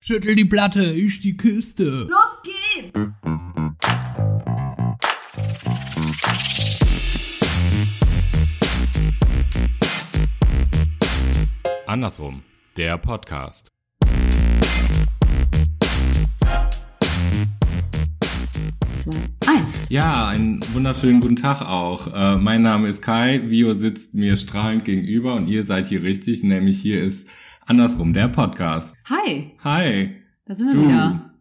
Schüttel die Platte, ich die Kiste. Los geht's! Andersrum, der Podcast. Zwei, eins. Ja, einen wunderschönen guten Tag auch. Äh, mein Name ist Kai, Vio sitzt mir strahlend gegenüber und ihr seid hier richtig, nämlich hier ist Andersrum, der Podcast. Hi, Hi, da sind wir Du, wieder.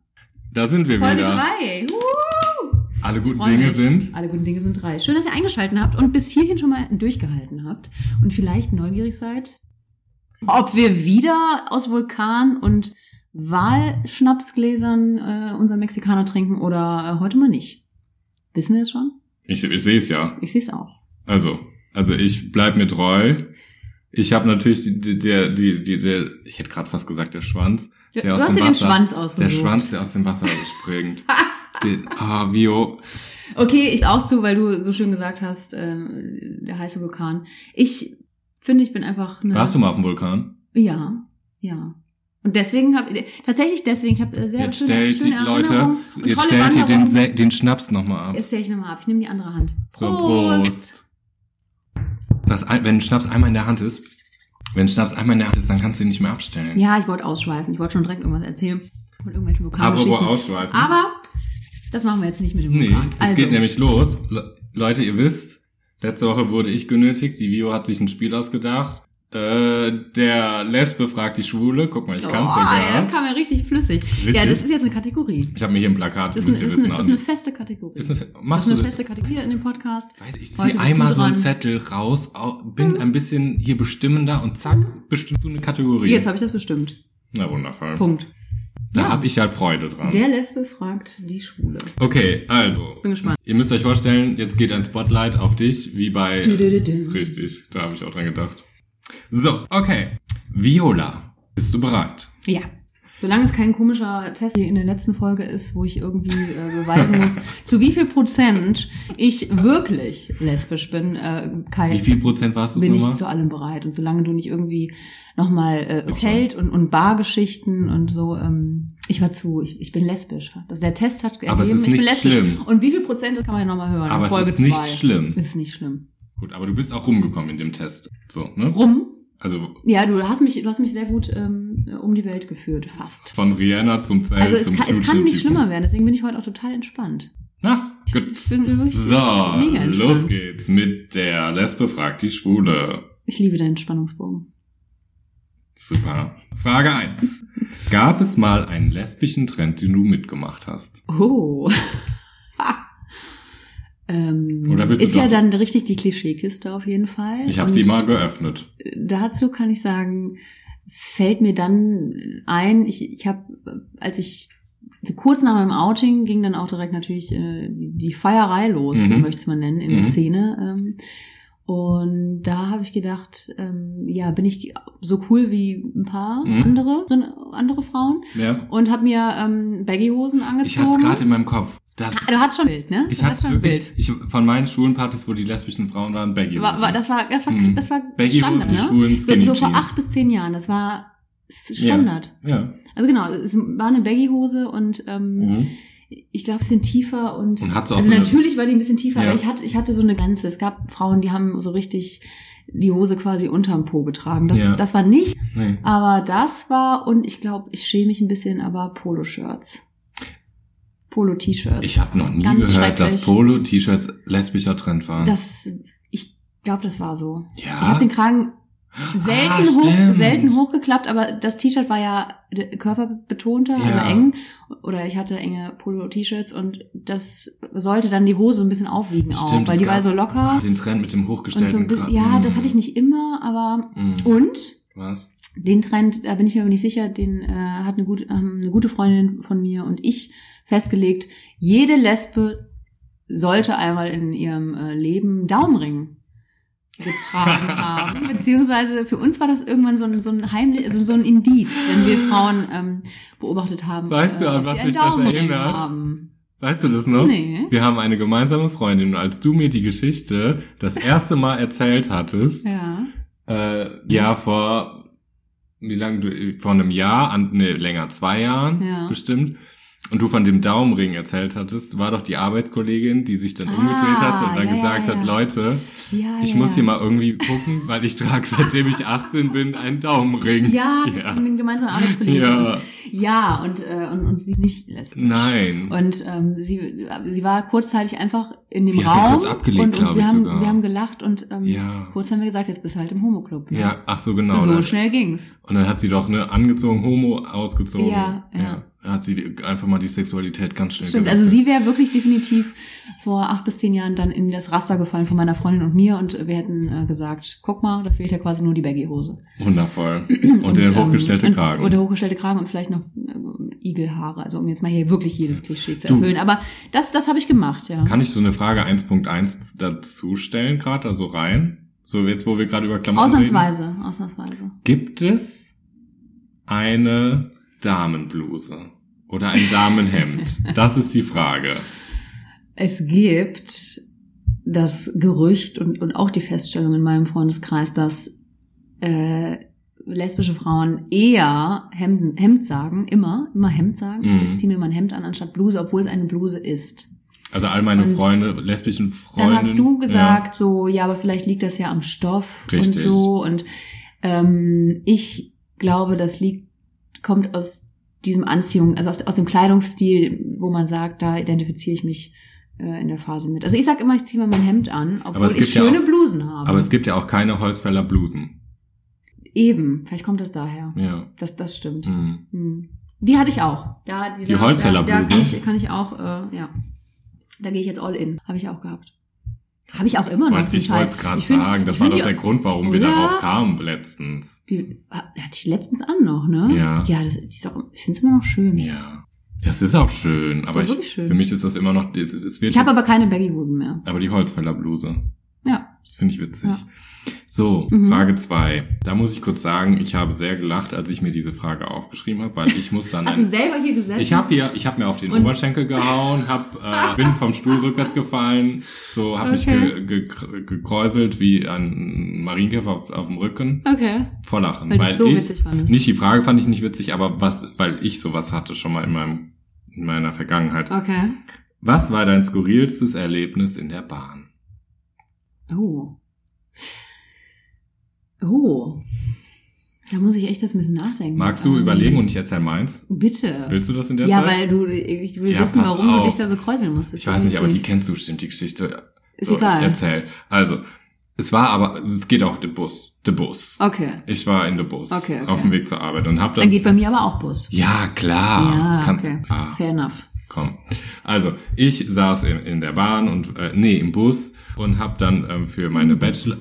da sind wir Folge wieder. drei. Wuhu! Alle guten Freu Dinge mich. sind. Alle guten Dinge sind drei. Schön, dass ihr eingeschaltet habt und bis hierhin schon mal durchgehalten habt und vielleicht neugierig seid, ob wir wieder aus Vulkan und Walschnapsgläsern äh, unseren Mexikaner trinken oder äh, heute mal nicht. Wissen wir das schon? Ich, ich sehe es ja. Ich sehe es auch. Also, also ich bleib mir treu. Ich habe natürlich die, die, der, die, die, der, ich hätte gerade fast gesagt, der Schwanz. Du, Der aus du hast dem dir den Wasser. Schwanz Der ausgesucht. Schwanz, der aus dem Wasser springt. Den- Ah, Vio. Okay, ich auch zu, weil du so schön gesagt hast, ähm, der heiße Vulkan. Ich finde, ich bin einfach eine. Warst du mal auf dem Vulkan? Ja, ja. Und deswegen habe tatsächlich deswegen, ich habe äh, sehr Jetzt schöne, stellt die schöne Leute, Erinnerungen und jetzt tolle stellt ihr den, Wanderungen. Se- den Schnaps nochmal ab. Jetzt stelle ich nochmal ab. Ich nehme die andere Hand. So, Das, ein- wenn ein Schnaps einmal in der Hand ist, wenn ein Schnaps einmal in der Hand ist, dann kannst du ihn nicht mehr abstellen. Ja, ich wollte ausschweifen. Ich wollte schon direkt irgendwas erzählen. Und irgendwelche Aber wo Vulkangeschichten. ausschweifen. Aber Oh das machen wir jetzt nicht mit dem Also, nee, Vulkan. es geht nämlich los. Le Leute, ihr wisst, letzte Woche wurde ich genötigt, die Vio hat sich ein Spiel ausgedacht. Äh, der Lesbe fragt die Schwule. Guck mal, ich oh, kann's ja, sogar. das kam ja richtig flüssig. Richtig. Ja, das ist jetzt eine Kategorie. ich habe mir hier ein Plakat, Das ist müsst eine, ihr ist wissen. eine, das ist eine feste Kategorie. ist eine, Das machst ist eine du feste Kategorie in dem Podcast. Weiß ich, ich Heute bist ziehe einmal du so einen dran. Zettel raus, au- bin ein bisschen hier bestimmender und zack, bestimmst du eine Kategorie. Jetzt habe ich das bestimmt. Na wundervoll. Punkt. Da Ja. hab habe ich halt Freude dran. Der Lesbe fragt die Schwule. okay, also. Bin gespannt. Ihr müsst euch vorstellen, jetzt geht ein Spotlight auf dich, wie bei. Du, du, du, du. Richtig, da habe ich auch dran gedacht. So, okay. Viola, bist du bereit? Ja. Solange es kein komischer Test wie in der letzten Folge ist, wo ich irgendwie äh, beweisen muss, zu wie viel Prozent ich wirklich lesbisch bin, äh, Kai, Wie viel Prozent warst du bin ich nochmal? zu allem bereit. Und solange du nicht irgendwie nochmal äh, schon. Zelt und, und Bargeschichten und so, ähm, ich war zu, ich, ich bin lesbisch. Also der Test hat ergeben, Aber es ist ich bin nicht lesbisch. schlimm. Und wie viel Prozent, das kann man ja nochmal hören. Aber Folge es ist nicht zwei. schlimm. Es ist nicht schlimm. Gut, aber du bist auch rumgekommen in dem Test. So, ne? Rum? Also Ja, du hast mich, du hast mich sehr gut ähm, um die Welt geführt, fast. von Rihanna zum Zelt Also es Äh, zum kann, es kann Knutschen nicht Typen. schlimmer werden, deswegen bin ich heute auch total entspannt. Na, gut. Ich bin wirklich mega So, entspannt. los geht's mit der Lesbe fragt die Schwule. Ich liebe deinen Spannungsbogen. Super. Frage 1. Gab es mal einen lesbischen Trend, den du mitgemacht hast? Oh. ähm, Oder willst du ist ja doch- dann richtig die Klischeekiste auf jeden Fall. Ich habe Und sie mal geöffnet. Dazu kann ich sagen, fällt mir dann ein, ich, ich habe, als ich also kurz nach meinem Outing ging dann auch direkt natürlich äh, die, die Feierei los, Mhm. so möchte ich es mal nennen, in der Mhm. Szene. Ähm, und da habe ich gedacht, ähm, ja, bin ich so cool wie ein paar Mhm. andere, andere Frauen Ja. und habe mir ähm, Baggy-Hosen Ich hatte es angezogen. gerade in meinem Kopf. Das, Ah, du hattest schon ein Bild, ne? ich Du hattest hatte schon ein wirklich. Bild. Ich, von meinen Schulenpartys, wo die lesbischen Frauen waren, Baggy. War, war, das war, das war, Mhm. das war Baggy Standard, die ne? schwulen So, Skinny so vor Jeans. acht bis zehn Jahren, das war S- Standard. Ja. Also genau, es war eine Baggy-Hose und ähm, Mhm. ich glaube, ein bisschen tiefer und, Und hat so auch also so eine- natürlich war die ein bisschen tiefer, Ja. aber ich hatte, ich hatte so eine Grenze. Es gab Frauen, die haben so richtig die Hose quasi unterm Po getragen. Das, Ja. das war nicht, Nee. aber das war und ich glaube, ich schäme mich ein bisschen, aber Poloshirts. Polo-T-Shirts. Ich habe noch nie Ganz gehört, dass schrecklich. Polo-T-Shirts lesbischer Trend waren. Das, ich glaube, das war so. ja. Ich habe den Kragen selten, Ah, hoch, stimmt. selten hochgeklappt, aber das T-Shirt war ja d- körperbetonter, also Ja. eng. Oder ich hatte enge Polo-T-Shirts und das sollte dann die Hose so ein bisschen aufwiegen auch, Stimmt, weil es die war gab- hm. so locker. Ah, den Trend mit dem und so hochgestellten ein bisschen, Kragen. ja, das hatte ich nicht immer, aber Mhm. und Was? den Trend, da bin ich mir aber nicht sicher, den äh, hat eine, gut, ähm, eine gute Freundin von mir und ich festgelegt, jede Lesbe sollte einmal in ihrem äh, Leben Daumenring getragen haben. Beziehungsweise für uns war das irgendwann so ein, so ein Heimlich, also so ein Indiz, wenn wir Frauen ähm, beobachtet haben. Weißt du, an ob was sie einen mich das Daumenring erinnert? Haben. Weißt du das noch? Nee. Wir haben eine gemeinsame Freundin und als du mir die Geschichte das erste Mal erzählt hattest, Ja. äh, ja vor wie lange du, vor einem Jahr, an, nee, länger, zwei Jahren Ja. bestimmt, und du von dem Daumenring erzählt hattest, war doch die Arbeitskollegin, die sich dann umgedreht Ah, hatte und dann ja, ja, gesagt ja. Ah, hat, Leute, Ja, ich ja, muss ja. hier mal irgendwie gucken, weil ich trage seitdem ich 18 bin einen Daumenring. Ja, Ja. mit einem gemeinsamen Arbeitskollegen. von uns. ja. ja und, äh, und, und sie ist nicht lesbisch. nein. Und ähm, sie, sie war kurzzeitig einfach in dem Sie hat sie Raum. kurz abgelegt, und, und glaube wir, ich haben, sogar. wir haben gelacht und ähm, ja. kurz haben wir gesagt, jetzt bist du halt im Homo-Club. ne? Ja, ach so, genau. so ne? schnell ging's. Und dann hat sie doch ne angezogen, Homo ausgezogen. Ja, ja. Dann hat sie die- einfach mal die Sexualität ganz schnell Stimmt, also sie wäre wirklich definitiv vor acht bis zehn Jahren dann in das Raster gefallen von meiner Freundin und mir und wir hätten äh, gesagt, guck mal, da fehlt ja quasi nur die Baggy-Hose. Wundervoll. Und, der hochgestellte ähm, und- Kragen. Und der hochgestellte Kragen und vielleicht noch äh, Igelhaare, also um jetzt mal hier wirklich jedes Klischee zu Du. erfüllen. Aber das, das habe ich gemacht, ja. Kann ich so eine Frage 1.1 dazu stellen, gerade, also rein? So, jetzt wo wir gerade über Klamotten Ausnahmsweise, ausnahmsweise. reden. Gibt es eine Damenbluse oder ein Damenhemd? das ist die Frage. Es gibt das Gerücht und, und auch die Feststellung in meinem Freundeskreis, dass äh, lesbische Frauen eher Hemden, Hemd sagen, immer, immer Hemd sagen. Ich, Mhm. ich ziehe mir mal ein Hemd an anstatt Bluse, obwohl es eine Bluse ist. Also all meine Und Freunde, lesbischen Freunde. Dann hast du gesagt, so, ja, aber vielleicht liegt das ja am Stoff und Richtig. so. Und ähm, ich glaube, das liegt, kommt aus diesem Anziehung, also aus, aus dem Kleidungsstil, wo man sagt, da identifiziere ich mich äh, in der Phase mit. Also ich sag immer, ich ziehe mir mein Hemd an, obwohl es ich gibt ja schöne auch- Blusen Ja. habe. Aber es gibt ja auch keine Holzfäller Blusen. Eben, vielleicht kommt das daher. Ja. Das, das stimmt. Mhm. Hm. Die hatte ich auch. Da, Die da, Da, da Holzfällerbluse? kann, ich, kann ich auch, äh, ja. Da gehe ich jetzt all in. Habe ich auch gehabt. Habe ich auch immer noch. Wollte- zum ich Teil. wollte es gerade Ich find- sagen, das ich war find doch die- der Grund, warum wir Oder? darauf kamen letztens. Die ah, hatte ich letztens an noch, ne? Ja. Ja, das, die ist auch, ich finde es immer noch schön. Ja. Das ist auch schön, Ist aber ja ich, wirklich schön. für mich ist das immer noch, es, es wird Ich habe jetzt- aber keine Baggy-Hosen mehr. aber die Holzfällerbluse. Ja. Das finde ich witzig. Ja. So, Mhm. Frage zwei. Da muss ich kurz sagen, ich habe sehr gelacht, als ich mir diese Frage aufgeschrieben habe, weil ich muss dann Hast du ein, selber hier gesessen? ich habe hier, ich habe mir auf den Und- Oberschenkel gehauen, hab, äh, bin vom Stuhl rückwärts gefallen, so habe Okay. mich ge, ge, gekräuselt wie ein Marienkäfer auf, auf dem Rücken, Okay. vor Lachen, Weil, du es so witzig fandest. Nicht die Frage fand ich nicht witzig, aber was, weil ich sowas hatte schon mal in meinem, in meiner Vergangenheit. Okay. Was war dein skurrilstes Erlebnis in der Bahn? Oh. Oh. Da muss ich echt das ein bisschen nachdenken. Magst du Ähm, überlegen und ich erzähle meins? Bitte. Willst du das in der ja, Zeit? weil du, ich will Ja, wissen, pass warum auf. du dich da so kräuseln musstest. ich weiß nicht, aber die Deswegen- kennst du bestimmt, die Geschichte. Ist So, Ich egal. erzähl. Also, es war aber, es geht auch der Bus. Der Bus. Okay. Ich war in der Bus. Okay, okay. Auf dem Weg zur Arbeit und hab dann... Dann geht bei mir aber auch Bus. ja, klar. Ja, Kann- okay. Ah. Fair enough. Komm. Also, ich saß in, in der Bahn und äh, nee, im Bus und hab dann ähm, für meine Bachelor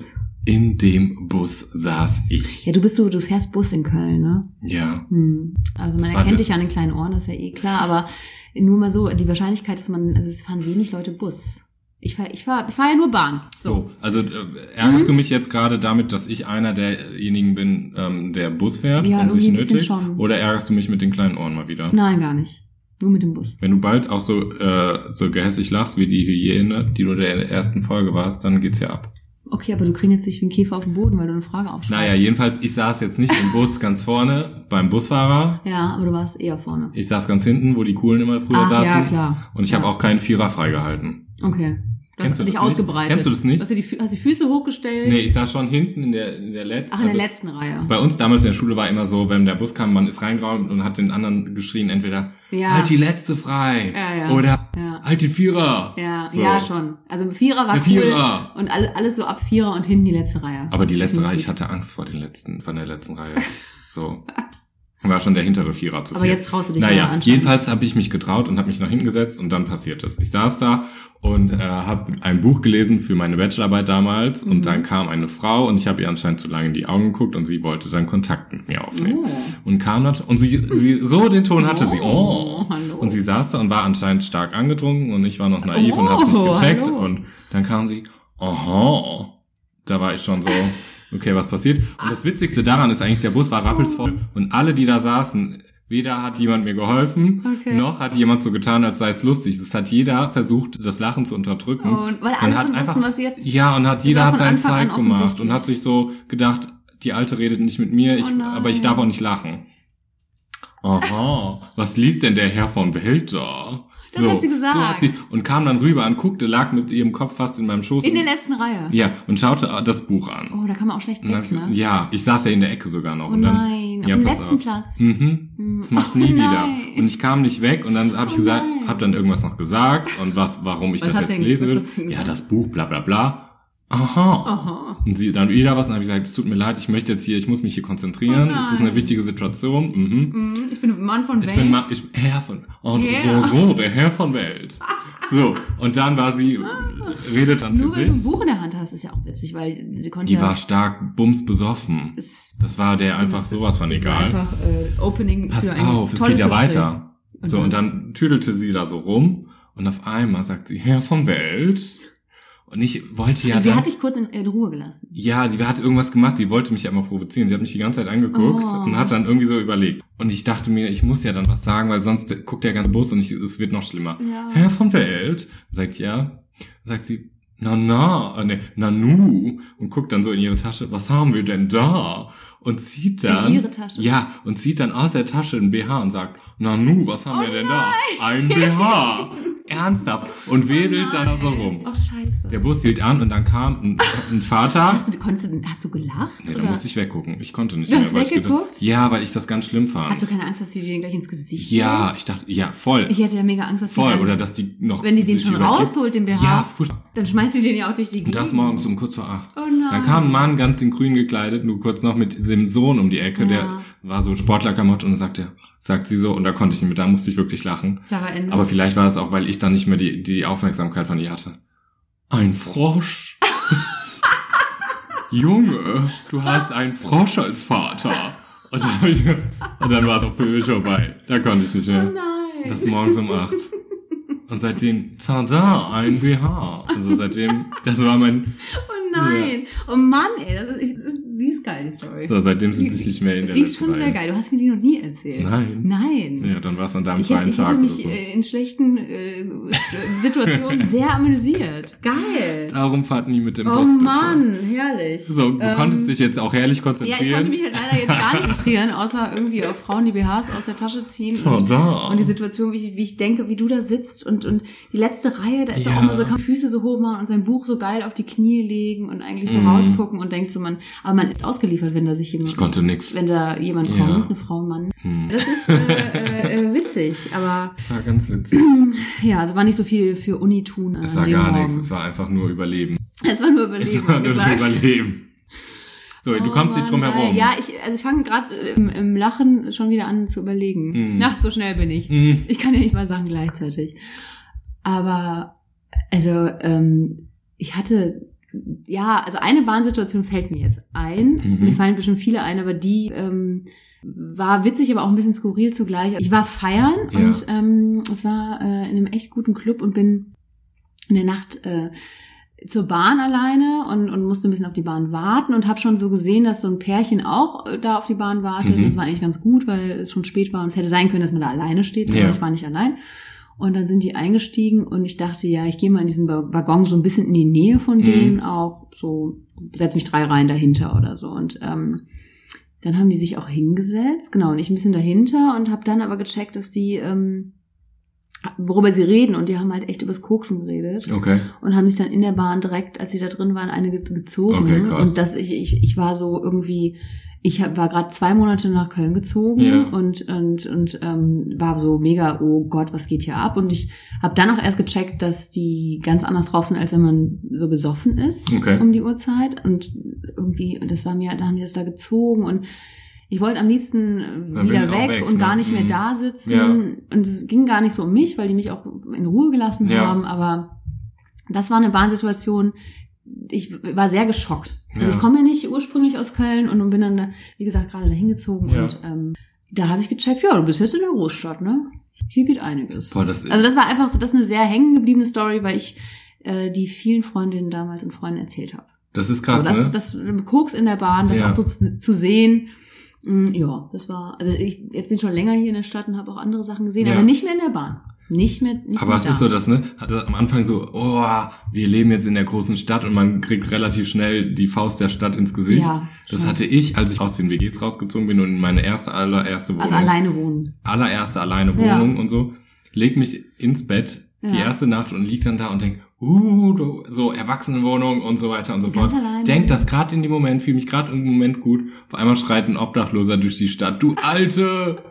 in dem Bus saß ich. Ja, du bist so, du fährst Bus in Köln, ne? Ja. Hm. Also man Das war erkennt der- dich an den kleinen Ohren, das ist ja eh klar, aber nur mal so, die Wahrscheinlichkeit, dass man, also es fahren wenig Leute Bus. Ich fahre ich fahr, ich fahr ja nur Bahn. So. Mhm. So, also äh, ärgerst du mich jetzt gerade damit, dass ich einer derjenigen bin, ähm, der Bus fährt Ja, und sich irgendwie ein bisschen nötigt? schon. Oder ärgerst du mich mit den kleinen Ohren mal wieder? Nein, gar nicht. Nur mit dem Bus. Wenn du bald auch so, äh, so gehässig lachst wie die Hyäne, die du der ersten Folge warst, dann geht's hier ab. Okay, aber du kringst dich wie ein Käfer auf den Boden, weil du eine Frage aufschreibst. Naja, jedenfalls, ich saß jetzt nicht im Bus ganz vorne beim Busfahrer. Ja, aber du warst eher vorne. Ich saß ganz hinten, wo die Coolen immer früher Ach, saßen. ja, klar. Und ich ja. habe auch keinen Vierer freigehalten. Okay. Du hast Kennst du dich das nicht? ausgebreitet. Kennst du das nicht? Hast du die, Fü- hast die Füße hochgestellt? Nee, ich saß schon hinten in der, in der letzten. Ach, in also der letzten Reihe. Bei uns damals in der Schule war immer so, wenn der Bus kam, man ist reingeräumt und hat den anderen geschrien, entweder Ja. halt die letzte frei Ja, ja. oder ja. halt die Vierer. Ja, So. ja, schon. Also im Vierer war Der cool. Vierer. Und alle, alles so ab Vierer und hinten die letzte Reihe. Aber die letzte Reihe, Definitiv. ich hatte Angst vor den letzten, von der letzten Reihe. So. War schon der hintere Vierer zu Aber viel. jetzt traust du dich ja Naja, anscheinend. jedenfalls habe ich mich getraut und habe mich nach hinten gesetzt und dann passiert es. Ich saß da und äh, habe ein Buch gelesen für meine Bachelorarbeit damals Mhm. und dann kam eine Frau und ich habe ihr anscheinend zu lange in die Augen geguckt und sie wollte dann Kontakt mit mir aufnehmen. Oh. Und kam dann und sie, sie so den Ton hatte sie. Oh, Oh. hallo. Und sie saß da und war anscheinend stark angetrunken und ich war noch naiv und hab's nicht Oh, gecheckt. hallo. Und dann kam sie, aha. Da war ich schon so, okay, was passiert? Und das Witzigste daran ist eigentlich, der Bus war rappelsvoll und alle, die da saßen, weder hat jemand mir geholfen, Okay. noch hat jemand so getan, als sei es lustig. Es hat jeder versucht, das Lachen zu unterdrücken. Und weil alle hat schon wussten, was jetzt. Ja, und hat war jeder hat von seinen Anfang an Zeig gemacht offensichtlich. und hat sich so gedacht, die Alte redet nicht mit mir, ich, Oh nein. aber ich darf auch nicht lachen. Aha, was liest denn der Herr von Welt da? Das hat sie gesagt. So hat sie, und kam dann rüber und guckte, lag mit ihrem Kopf fast in meinem Schoß. In der und, letzten Reihe. ja, und schaute äh, das Buch an. Oh, da kann man auch schlecht Und dann- weg, ne? Ja, ich saß ja in der Ecke sogar noch. Oh und dann, nein, auf Ja, dem pass letzten auf. Platz. Mhm. Mhm. Das macht Oh nie nein. wieder. Und ich kam nicht weg und dann habe ich Oh gesagt, nein. habe dann irgendwas noch gesagt und was, warum ich Was das hast jetzt du denn- lesen was will. hast du denn Ja, gesagt? das Buch, bla bla bla. Oh. Aha. Aha. Und sie dann wieder was und habe ich gesagt, es tut mir leid, ich möchte jetzt hier, ich muss mich hier konzentrieren. Oh es ist nein. eine wichtige Situation. Mhm. Mhm, Ich bin ein Mann von Ich Welt. bin Ma ich Herr von und Herr. so so der Herr von Welt. So und dann war sie redet dann Ah. Nur für weil du ein sich. Buch in der Hand hast, ist ja auch witzig, weil sie konnte Die ja... war stark bums besoffen. ist, Das war der einfach sowas von ist egal. Also, einfach äh, Opening Pass für ein auf, es tolles geht ja Gespräch. weiter. So, und dann tüdelte sie da so rum und auf einmal sagt sie, Herr von Welt. Und ich wollte ja Also, sie dann, hat dich kurz in, in Ruhe gelassen. ja, sie hat irgendwas gemacht, die wollte mich ja immer provozieren. Sie hat mich die ganze Zeit angeguckt Oh. und hat dann irgendwie so überlegt. Und ich dachte mir, ich muss ja dann was sagen, weil sonst guckt der ganze Bus und ich, es wird noch schlimmer. Ja. Herr von Welt, sagt ja, sagt sie, na na, äh, ne, nanu, und guckt dann so in ihre Tasche, was haben wir denn da? Und zieht dann, in ihre Tasche. ja, und zieht dann aus der Tasche einen BH und sagt, Nanu, was haben Oh wir denn da? Ein BH! Ernsthaft. Und wedelt dann da so rum. Oh, scheiße. Der Bus hielt an und dann kam ein, ein Vater. Hast du, konntest du, hast du gelacht? Nee, da oder? musste ich weggucken. Ich konnte nicht Du hast weil ich gedacht- weggeguckt? Ja, weil ich das ganz schlimm fand. hast du keine Angst, dass sie dir gleich ins Gesicht ja, hält? ich dachte, ja, voll. Ich hätte ja mega Angst, dass sie voll. dann, Oder dass die noch. wenn die den sich schon übergibt. rausholt, den BH, Ja, furchtbar. dann schmeißt sie den ja auch durch die Und Gegend. das morgens um kurz vor acht. Oh nein. Dann kam ein Mann ganz in grün gekleidet, nur kurz noch mit dem Sohn um die Ecke, Ja. der war so Sportlerkamotte und sagte, sagt sie so, und da konnte ich mit, da musste ich wirklich lachen. Clara N. Aber vielleicht war es auch, weil ich dann nicht mehr die, die Aufmerksamkeit von ihr hatte. Ein Frosch. Junge, du hast einen Frosch als Vater. Und dann, hab ich, und dann war es auch für mich vorbei. Da konnte ich nicht oh mehr. nein. Das morgens um acht. Und seitdem, tada, ein BH. Also seitdem, das war mein, oh nein. Oh Mann, ey. Das ist, das ist, die ist geil, die Story. so seitdem sitze ich nicht mehr in der Die ist letzten schon sehr Reihe. geil. Du hast mir die noch nie erzählt. Nein. Nein. Ja, dann war es an deinem Ich hätte, freien ich hätte Tag oder mich so. äh, in schlechten äh, Situationen sehr amüsiert. Geil. Darum fahrt nie mit dem Oh Bus, bitte. Mann, herrlich. So, du Ähm, konntest dich jetzt auch herrlich Ja, konzentrieren. ich konnte mich halt leider jetzt gar nicht konzentrieren, außer irgendwie auf Frauen, die BHs aus der Tasche ziehen. Und, tada. und die Situation, wie ich, wie ich denke, wie du da sitzt und, und die letzte Reihe, da ist ja. Ja. auch immer so, kann man Füße so hoch machen und sein Buch so geil auf die Knie legen und eigentlich so Mhm. rausgucken und denkt so, man, aber man ist ausgeliefert, wenn da sich ich jemand, konnte nix. wenn da jemand kommt, Ja. eine Frau, ein Mann. Hm. Das ist äh, äh, äh, witzig, aber Das war ganz witzig. Ja, also war nicht so viel für Uni tun an Es war dem gar Morgen. nichts, es war einfach nur Überleben. es war nur Überleben. es war nur gesagt. Überleben. So, Oh du kommst nicht Mann, drum geil. herum. Ja, ich, also ich fange gerade im, im Lachen schon wieder an zu überlegen. Mhm. Ach, so schnell bin ich. Hm. Ich kann ja nicht mal Sachen gleichzeitig. Aber, also, ähm, ich hatte, ja, also eine Bahnsituation fällt mir jetzt ein. Mhm. Mir fallen bestimmt viele ein, aber die ähm, war witzig, aber auch ein bisschen skurril zugleich. Ich war feiern Ja. und ähm, es war äh, in einem echt guten Club und bin in der Nacht äh, zur Bahn alleine und, und musste ein bisschen auf die Bahn warten und habe schon so gesehen, dass so ein Pärchen auch äh, da auf die Bahn wartet. Mhm. Das war eigentlich ganz gut, weil es schon spät war und es hätte sein können, dass man da alleine steht, aber Ja. ich war nicht allein. Und dann sind die eingestiegen und ich dachte, ja, ich gehe mal in diesen Ba- Waggon so ein bisschen in die Nähe von Mhm. denen auch, so setz mich drei Reihen dahinter oder so. Und ähm, dann haben die sich auch hingesetzt, genau, und ich ein bisschen dahinter und habe dann aber gecheckt, dass die, ähm, worüber sie reden und die haben halt echt übers Koksen geredet Okay. und haben sich dann in der Bahn direkt, als sie da drin waren, eine ge- gezogen. Okay, krass. und das, ich, ich, ich war so irgendwie, ich hab, war gerade zwei Monate nach Köln gezogen Ja. und, und, und ähm, war so mega, oh Gott, was geht hier ab? Und ich habe dann auch erst gecheckt, dass die ganz anders drauf sind, als wenn man so besoffen ist Okay. um die Uhrzeit. Und irgendwie, und das war mir, da haben die das da gezogen und ich wollte am liebsten äh, Dann bin wieder ich auch weg, weg, und ne? gar nicht mehr Mhm. da sitzen. Ja. Und es ging gar nicht so um mich, weil die mich auch in Ruhe gelassen Ja. haben, aber das war eine Bahnsituation. Ich war sehr geschockt. Also Ja. ich komme ja nicht ursprünglich aus Köln und bin dann, da, wie gesagt, gerade dahin gezogen Ja. und ähm, da habe ich gecheckt, ja, du bist jetzt in der Großstadt, ne? Hier geht einiges. Boah, das ist, Also das war einfach so, das ist eine sehr hängen gebliebene Story, weil ich äh, die vielen Freundinnen damals und Freunden erzählt habe. das ist So, krass, das, ne? das Koks in der Bahn, das Ja. auch so zu, zu sehen. Mm, Ja, das war, also ich, jetzt bin ich schon länger hier in der Stadt und habe auch andere Sachen gesehen, Ja. aber nicht mehr in der Bahn. Nicht mit, nicht Aber mit es ist so das, ne? Hatte am Anfang so, oh, wir leben jetzt in der großen Stadt und man kriegt relativ schnell die Faust der Stadt ins Gesicht. Ja, das schon. hatte ich, als ich aus den WGs rausgezogen bin und in meine erste, allererste Wohnung, Also alleine wohnen. allererste alleine Ja. Wohnung und so, leg mich ins Bett die Ja. erste Nacht und lieg dann da und denk, uh, du, so Erwachsenenwohnung und so weiter und so fort. Ganz alleine. Denk das gerade in dem Moment, fühle mich gerade im Moment gut. Auf einmal schreit ein Obdachloser durch die Stadt, du Alte!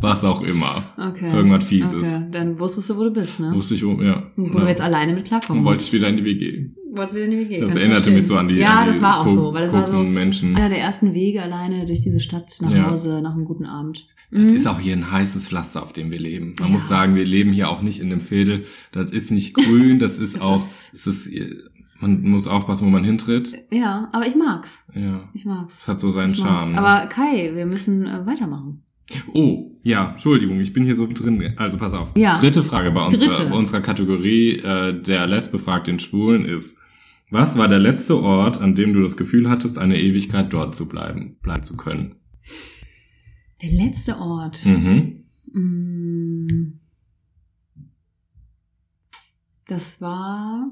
Was auch immer. Okay. Irgendwas Fieses. Okay, dann wusstest du, wo du bist, ne? Wusste ich, oh, ja. Wo du jetzt alleine mit klarkommen Und wollte ich musst. wieder in die WG. Wolltest wieder in die WG. Das kannst du erinnerte verstehen. mich so an die, Ja, an die das war auch Kok- so, weil das war so koksen Menschen. einer der ersten Wege alleine durch diese Stadt nach Ja. Hause, nach einem guten Abend. Das Mhm. ist auch hier ein heißes Pflaster, auf dem wir leben. Man Ja. muss sagen, wir leben hier auch nicht in einem Fädel. Das ist nicht grün, das ist Das- auch, es ist, äh, man muss aufpassen, wo man hintritt. Ja, aber ich mag's. Ja. Ich mag's. Es hat so seinen Ich mag's. Charme. ne? Aber Kai, wir müssen äh, weitermachen. oh, ja, Entschuldigung, ich bin hier so drin. Also pass auf. Ja. Dritte Frage bei unserer, Dritte. bei unserer Kategorie, äh, der Lesbe fragt den Schwulen ist. Was war der letzte Ort, an dem du das Gefühl hattest, eine Ewigkeit dort zu bleiben, bleiben zu können? Der letzte Ort. Mhm. Mm. Das war.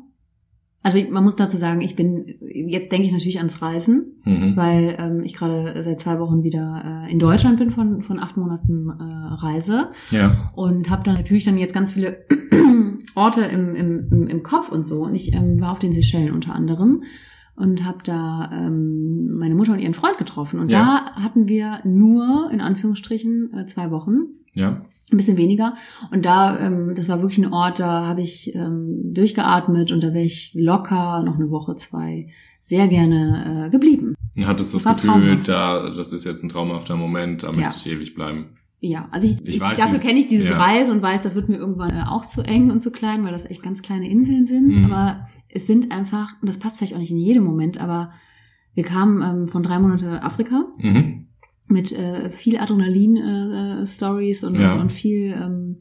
Also ich- man muss dazu sagen, ich bin, jetzt denke ich natürlich ans Reisen, Mhm. weil ähm, ich gerade seit zwei Wochen wieder äh, in Deutschland bin von, von acht Monaten äh, Reise. Ja. und habe dann natürlich dann jetzt ganz viele Orte im, im, im- im Kopf und so. Und ich ähm, war auf den Seychellen unter anderem und habe da ähm, meine Mutter und ihren Freund getroffen. Und Ja. da hatten wir nur, in Anführungsstrichen, äh, zwei Wochen. Ja. Ein bisschen weniger. Und da, ähm, das war wirklich ein Ort, da habe ich ähm, durchgeatmet und da wäre ich locker noch eine Woche, zwei sehr gerne äh, geblieben. Ja, Hattest du das, Das war Gefühl, traumhaft. da, das ist jetzt ein traumhafter Moment, da Ja. möchte ich ewig bleiben. Ja, also ich, Ich ich, weiß dafür nicht. kenne ich dieses Ja. Reis und weiß, das wird mir irgendwann äh, auch zu eng und zu klein, weil das echt ganz kleine Inseln sind. Mhm. Aber es sind einfach, und das passt vielleicht auch nicht in jedem Moment, aber wir kamen ähm, von drei Monate Afrika Mhm. mit äh, viel Adrenalin-Stories und, Ja. und viel ähm,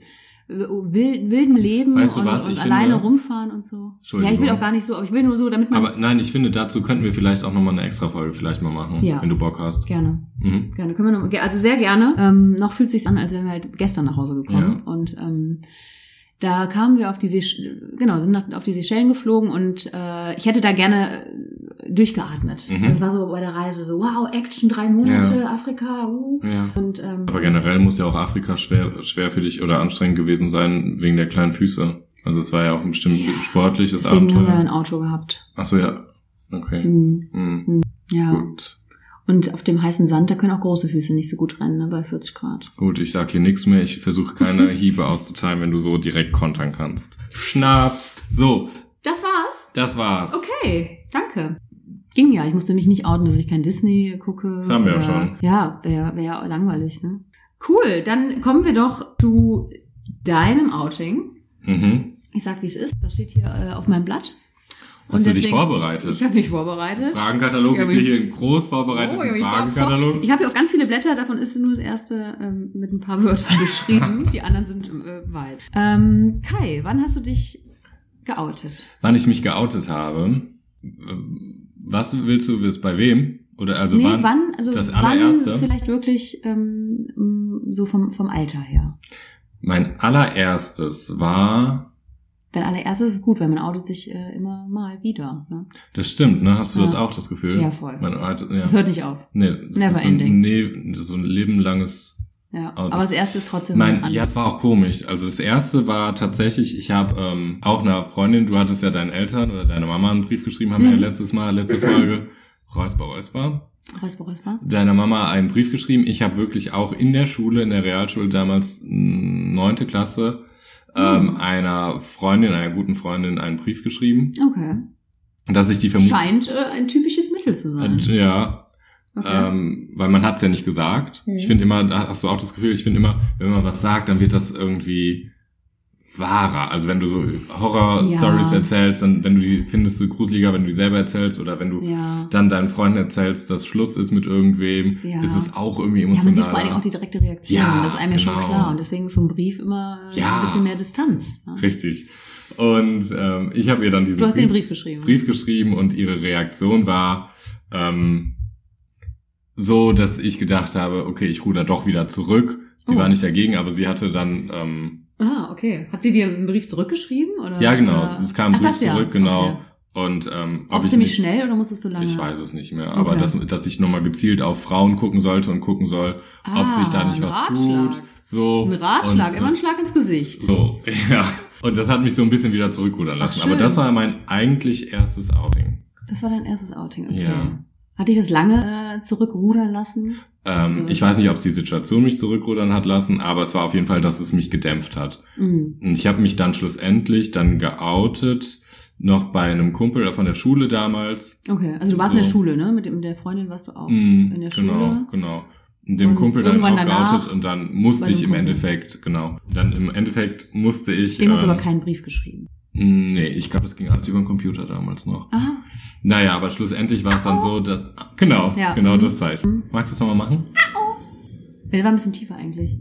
wild, wildem Leben Weißt du und, was? und Ich alleine finde- rumfahren und so. Ja, Entschuldigung. ich will auch gar nicht so, aber ich will nur so, damit man Aber nein, ich finde, dazu könnten wir vielleicht auch nochmal eine extra Folge vielleicht mal machen, Ja. wenn du Bock hast. gerne. Mhm. Gerne, können wir noch, also sehr gerne. Ähm, noch fühlt sich an, als wären wir halt gestern nach Hause gekommen. Und ähm, da kamen wir auf die Seychellen, genau, sind nach, auf die Seychellen geflogen und äh, ich hätte da gerne äh, durchgeatmet. Mhm. Das war so bei der Reise so, wow, Action, drei Monate, Afrika, uh. Ja. Und ähm, Aber generell muss ja auch Afrika schwer, schwer für dich oder anstrengend gewesen sein, wegen der kleinen Füße. Also es war ja auch ein bestimmt Ja. sportliches deswegen haben wir ein Abenteuer. Auto gehabt. Ach so, ja. Okay. Mhm. Mhm. Ja. Gut. Und auf dem heißen Sand, da können auch große Füße nicht so gut rennen, ne, bei 40 Grad. Gut, ich sag hier nichts mehr. Ich versuche keine Hiebe auszuteilen, wenn du so direkt kontern kannst. Schnaps. So, Das war's. das war's. Okay, danke. Ging ja. Ich musste mich nicht outen, dass ich kein Disney gucke. Das haben wir ja oder- schon. Ja, wäre wär langweilig, ne? Cool, dann kommen wir doch zu deinem Outing. Mhm. Ich sag, wie es ist. Das steht hier äh, auf meinem Blatt. Und Hast du dich deswegen- vorbereitet? Ich habe mich vorbereitet. Fragenkatalog Ja, ist aber hier ein groß Oh, vorbereiteter ja, ich war Fragenkatalog. Ich habe hier auch ganz viele Blätter, davon ist nur das erste ähm, mit ein paar Wörtern beschrieben. Die anderen sind äh, weiß. Ähm, Kai, wann hast du dich geoutet? Wann ich mich geoutet habe, ähm, was willst du, bis bei wem? Oder also nee, wann? wann, also das allererste? wann vielleicht wirklich ähm, m, so vom, vom Alter her. Mein allererstes war, Denn allererstes ist gut, weil man outet sich äh, immer mal wieder. Ne? das stimmt, ne? Hast du das Ja. auch, das Gefühl? Ja, voll. Mein, Alter- ja. Das hört nicht auf. Nee, das Never ist so ein, ending. nee, das ist so ein lebenlanges Ja. Outing. Aber das erste ist trotzdem Mein, anders. ja, es war auch komisch. Also das erste war tatsächlich, ich habe ähm, auch einer Freundin, du hattest ja deinen Eltern oder deiner Mama einen Brief geschrieben, haben wir Mhm. ja letztes Mal, letzte Folge, Räusper, Räusper. Räusper, räusper. deiner Mama einen Brief geschrieben. Ich habe wirklich auch in der Schule, in der Realschule damals m, neunte Klasse, ähm, Mhm. einer Freundin, einer guten Freundin einen Brief geschrieben, Okay. dass ich die vermute. Scheint äh, ein typisches Mittel zu sein. Ja, Mhm. Okay. ähm, weil man hat's ja nicht gesagt. Mhm. Ich finde immer, da hast du auch das Gefühl, ich finde immer, wenn man was sagt, dann wird das irgendwie wahrer. Also wenn du so Horror-Stories Ja. erzählst, dann wenn du die findest du gruseliger, wenn du die selber erzählst oder wenn du ja. dann deinen Freunden erzählst, dass Schluss ist mit irgendwem, Ja. ist es auch irgendwie Ja, emotional. man sieht vor allen Dingen auch die direkte Reaktion. Ja, das ist einem ja schon genau. klar. Und deswegen ist so ein Brief immer äh, Ja. ein bisschen mehr Distanz. Ne? Richtig. Und ähm, ich habe ihr dann diesen Du hast Brief, den Brief geschrieben. Brief geschrieben und ihre Reaktion war ähm, so, dass ich gedacht habe, okay, ich ruder doch wieder zurück. Sie Oh. war nicht dagegen, aber sie hatte dann, ähm, Ah, okay. Hat sie dir einen Brief zurückgeschrieben? Oder, ja genau, oder- es kam Ach, durch das ja. zurück, genau. Okay. Und ähm, ob Auch ich ziemlich nicht, schnell oder musstest du lange? Ich weiß es nicht mehr, aber Okay. dass, dass ich nochmal gezielt auf Frauen gucken sollte und gucken soll, ah, ob sich da nicht ein was Ratschlag. tut. So, Ein Ratschlag, Und immer ein das- Schlag ins Gesicht. So, ja. Und das hat mich so ein bisschen wieder zurückrudern Ach, lassen. schön. Aber das war mein eigentlich erstes Outing. Das war dein erstes Outing, okay. Ja. Hat dich das lange äh, zurückrudern lassen? Ähm, So. Ich weiß nicht, ob es die Situation mich zurückrudern hat lassen, aber es war auf jeden Fall, dass es mich gedämpft hat. Mhm. Und ich habe mich dann schlussendlich dann geoutet, noch bei einem Kumpel von der Schule damals. Okay, also du warst in der So. Schule, ne? Mit, dem- mit der Freundin warst du auch. Mhm, in der Schule. Genau, genau. Und dem Und Kumpel dann irgendwann auch danach geoutet und dann musste bei ich dem im Kumpel. Endeffekt, genau, dann im Endeffekt musste ich... Dem hast du ähm, mm, aber keinen Brief geschrieben. Nee, ich glaube, das ging alles über den Computer damals noch. Aha. Naja, aber schlussendlich war es dann so, dass. Genau, Ja. genau Mhm. das Zeichen. Mhm. Magst du es nochmal machen? Der war ein bisschen tiefer eigentlich.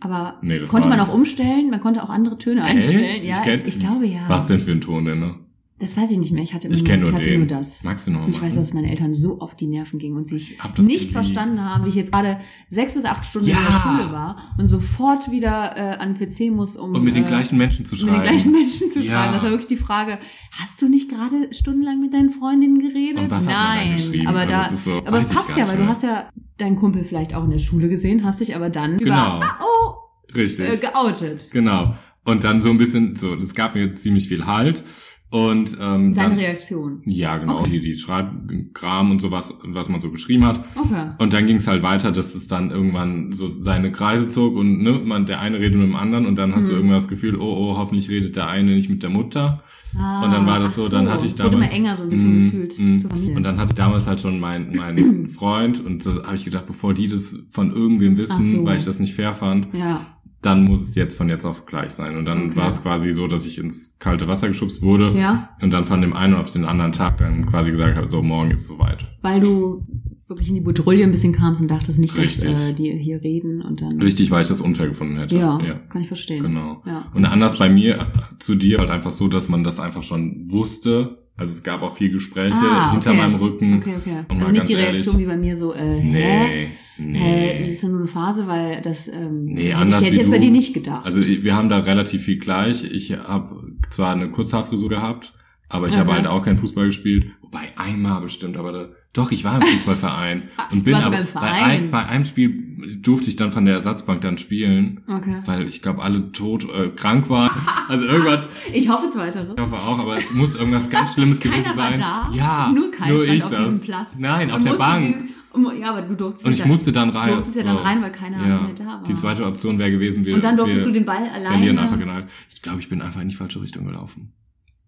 Aber Nee, das konnte war man nicht- auch umstellen, man konnte auch andere Töne Echt? einstellen. Ich Ja, kenn- ich, ich glaube ja. Was denn für ein Ton denn, ne? Das weiß ich nicht mehr. Ich hatte, immer Ich kenn nur, nur ich hatte den. nur das. Magst du nochmal Und ich machen? weiß, dass meine Eltern so auf die Nerven gingen und sich Hab das nicht irgendwie- verstanden haben, wie ich jetzt gerade sechs bis acht Stunden in Ja. der Schule war und sofort wieder äh, an den PC muss, um Und mit den äh, gleichen Menschen zu mit den schreiben. gleichen Menschen zu Ja. schreiben. Das war wirklich die Frage, hast du nicht gerade stundenlang mit deinen Freundinnen geredet? Und was Nein, hat man dann geschrieben? aber Also da das ist so, aber weiß ich passt gar ja, nicht weil du mehr. hast ja deinen Kumpel vielleicht auch in der Schule gesehen, hast dich aber dann Genau. über oh, äh, Richtig. geoutet. genau. Und dann so ein bisschen, so, das gab mir ziemlich viel Halt. Und ähm, Seine dann, Reaktion. ja, genau, Okay. die, die Schreibkram und sowas, was man so geschrieben hat. Okay. Und dann ging es halt weiter, dass es dann irgendwann so seine Kreise zog und ne, man, der eine redet mit dem anderen und dann hast du Mhm. irgendwann das Gefühl, oh, oh, hoffentlich redet der eine nicht mit der Mutter. Ah, Und dann war das ach so, dann hatte ich es wurde immer damals- enger so ein bisschen Mm, gefühlt mm. zur Familie. Und dann hatte ich damals halt schon meinen meinen Freund und da habe ich gedacht, bevor die das von irgendwem wissen, Ach so. weil ich das nicht fair fand, ja, dann muss es jetzt von jetzt auf gleich sein. Und dann Okay. war es quasi so, dass ich ins kalte Wasser geschubst wurde ja, und dann von dem einen auf den anderen Tag dann quasi gesagt habe, so morgen ist soweit. weil du wirklich in die Bedrulle ein bisschen kamst und dachtest nicht, dass Richtig. äh, die hier reden und dann Richtig, weil ich das unfair gefunden hätte. Ja, kann ich verstehen. genau. Ja. Und anders bei mir äh, zu dir halt einfach so, dass man das einfach schon wusste. Also es gab auch viel Gespräche Ah, hinter okay. meinem Rücken. Okay, okay. Und um mal Also nicht ganz die Reaktion ehrlich- wie bei mir so, äh, hä? Nee, Hä, das nee. ist ja nur eine Phase, weil das ähm, Nee, hätte ich, anders hätte ich wie jetzt du. bei dir nicht gedacht. Also ich- wir haben da relativ viel gleich. Ich habe zwar eine Kurzhaarfrisur gehabt, aber ich habe Aha. halt auch keinen Fußball gespielt. Wobei einmal bestimmt, aber da, doch, ich war im Fußballverein. Ah, und du bin warst aber beim Bei, Verein. ein, bei einem Spiel durfte ich dann von der Ersatzbank dann spielen, okay. weil ich glaube alle tot äh, krank waren. Also irgendwas, Ich hoffe es weitere. Ich hoffe auch, aber es muss irgendwas ganz Schlimmes gewesen Keiner war sein. da, ja, nur Kai stand ich auf saß. diesem Platz. Nein, auf Und der musste Bank. diesen- um, ja, aber du durftest Und ja ich dann- musste dann du rein. durftest ja dann rein, weil keiner mehr da war. Die zweite Option wäre gewesen, wir, Und dann durftest du wir den Ball alleine. verlieren einfach genau. Ich glaube, ich bin einfach in die falsche Richtung gelaufen.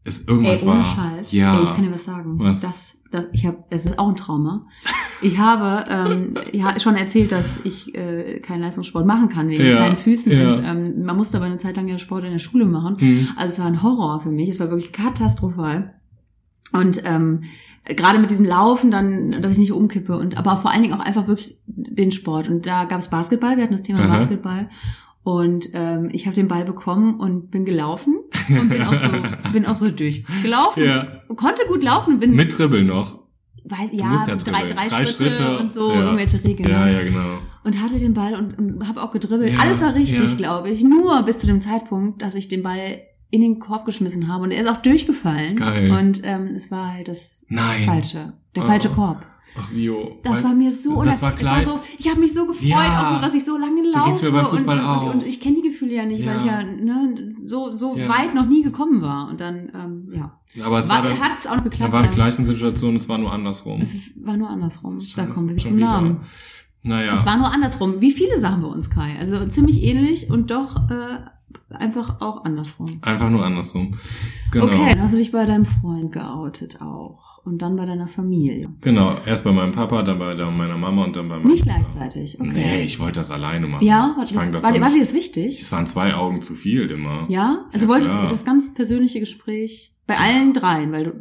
Es irgendwas Ey, ohne war. Scheiß. Ja. Ey, ich kann dir was sagen. Was? Das, das, ich hab, das ist auch ein Trauma. Ich habe ähm, ja, schon erzählt, dass ich äh, keinen Leistungssport machen kann wegen Ja, kleinen Füßen. ja. Und ähm, man musste aber eine Zeit lang ja Sport in der Schule machen. hm. Also es war ein Horror für mich. Es war wirklich katastrophal. Und ähm, gerade mit diesem Laufen dann, dass ich nicht umkippe. Und aber vor allen Dingen auch einfach wirklich den Sport. Und da gab es Basketball. Wir hatten das Thema Aha. Basketball. Und ähm, ich habe den Ball bekommen und bin gelaufen und bin auch so, bin auch so durchgelaufen. ja. Konnte gut laufen, bin Mit Dribbel noch. weiß, du ja, musst ja drei, dribbeln. drei, Drei Schritte, Schritte, und so, ja. irgendwelche Regeln. ne? Ja, ja, genau. Und hatte den Ball und, und habe auch gedribbelt. Ja, Alles war richtig, ja. glaube ich. Nur bis zu dem Zeitpunkt, dass ich den Ball in den Korb geschmissen habe und er ist auch durchgefallen. Geil. Und ähm, es war halt das Nein. falsche, der Oh. falsche Korb. Ach, Vio. Das Weil- war mir so das war unangenehm. klein. Es war so, ich habe mich so gefreut, Ja. auch so, dass ich so lange So laufe. ging's mir beim Fußball und, auch. Und, und ich kenne die Gefühle ja nicht, weil Ja. ich ja ne, so, so Ja. weit noch nie gekommen war. Und dann, ähm, ja. Aber es war, dann, Hat es auch noch da geklappt. war die ja. gleichen Situation, es war nur andersrum. Es war nur andersrum. da Scheiße, kommen wir schon zum wieder. Namen. Naja. Es war nur andersrum. Wie viele Sachen bei uns, Kai? Also ziemlich ähnlich und doch äh, einfach auch andersrum. Einfach nur andersrum. Genau. Okay, dann hast du dich bei deinem Freund geoutet auch. Und dann bei deiner Familie. Genau. Erst bei meinem Papa, dann bei der- meiner Mama und dann bei meinem Nicht gleichzeitig, okay. Nee, ich wollte das alleine machen. ja, war, ich das, fang das war, so war dir nicht- das wichtig? Es waren zwei Augen zu viel immer. Ja? Also Ja, wolltest du klar. das ganz persönliche Gespräch bei allen dreien, weil du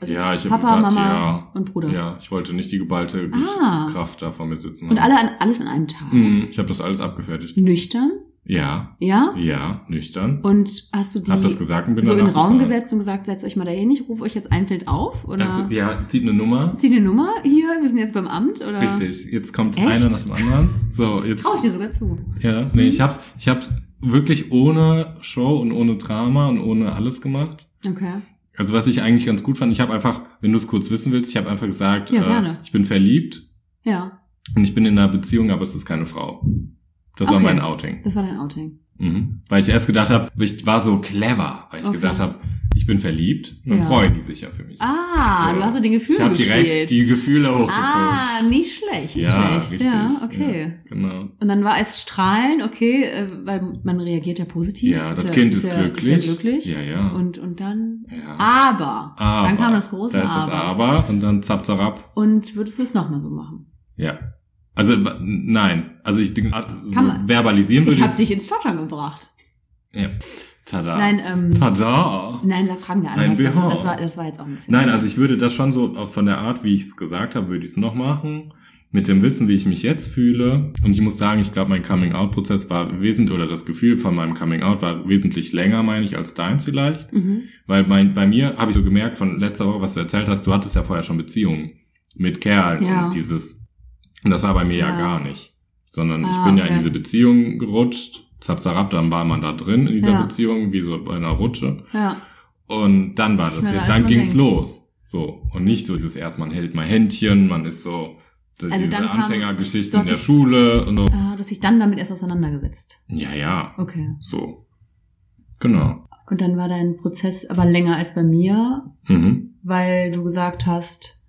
also Ja, ich hab Papa, gedacht, Mama ja. und Bruder. Ja, genau. ich wollte nicht die geballte Ah. Kraft da vor mir sitzen Und haben. Hm, alle an, alles in einem Tag. Mhm, ich habe das alles abgefertigt. Nüchtern? Ja, Ja? ja, nüchtern. Und hast du die Mhm. Hab das gesagt und bin so in den danach Raum gefahren. gesetzt und gesagt, setzt euch mal dahin, ich rufe euch jetzt einzeln auf? Oder Äh, Ja, zieht eine Nummer. zieh die Nummer hier, wir sind jetzt beim Amt? Oder Richtig, jetzt kommt Echt? einer nach dem anderen. So, jetzt. Traue ich dir sogar zu. Ja, nee, ich hab's, ich hab's wirklich ohne Show und ohne Drama und ohne alles gemacht. Okay. Also was ich eigentlich ganz gut fand, ich habe einfach, wenn du es kurz wissen willst, ich habe einfach gesagt, äh, Ja, gerne. ich bin verliebt Ja, und ich bin in einer Beziehung, aber es ist keine Frau. Das war Okay. mein Outing. das war dein Outing. Mhm. Weil ich erst gedacht habe, ich war so clever, weil ich Okay. gedacht habe, ich bin verliebt und dann Ja. freuen die sich ja für mich. Ah, So. du hast ja den Gefühl ich habe direkt gespielt. die Gefühle hochgepusht. ah, nicht schlecht, nicht Ja, schlecht. richtig. Ja, okay. Genau. Und dann war es Strahlen, okay, äh, weil man reagiert ja positiv. Ja, das ja- Kind ist, ja- glücklich. Ist ja glücklich. Ja, ja. Und, und dann, ja. aber, aber. dann kam das große Da ist das aber. Aber und dann zapp, zapp, ab. Und würdest du es nochmal so machen? Ja. Also, w- nein. Also, ich denk, ab- so Kann man. verbalisieren würde Ich ich habe dich ins Stottern gebracht. Ja. Tada. Nein, ähm, Tada. nein, da fragen wir Ein anders. Das, BH. das, war, das war jetzt auch ein bisschen. Nein, also ich würde das schon so auch von der Art, wie ich es gesagt habe, würde ich es noch machen. Mit dem Wissen, wie ich mich jetzt fühle. Und ich muss sagen, ich glaube, mein Coming-out-Prozess war wesentlich, oder das Gefühl von meinem Coming-out war wesentlich länger, meine also ich, als deins vielleicht. Mhm. Weil mein, bei mir habe ich so gemerkt von letzter Woche, was du erzählt hast, du hattest ja vorher schon Beziehungen mit Kerlen Ja. und dieses. Und das war bei mir ja, Ja. gar nicht. Sondern ich Ah, bin ja in okay. diese Beziehung gerutscht, zap, zap, ab, dann war man da drin in dieser Ja. Beziehung, wie so bei einer Rutsche. Ja, Und dann war das, Schneller, als dann man ging's denkt. los. So. Und nicht so dieses erst, man hält mal Händchen, man ist so, das- Also diese dann kam- du Anfängergeschichten in hast der dich- Schule und so. ah, dass sich dann damit erst auseinandergesetzt. Ja, ja, Okay. so. Genau. Und dann war dein Prozess aber länger als bei mir, Mhm. weil du gesagt hast,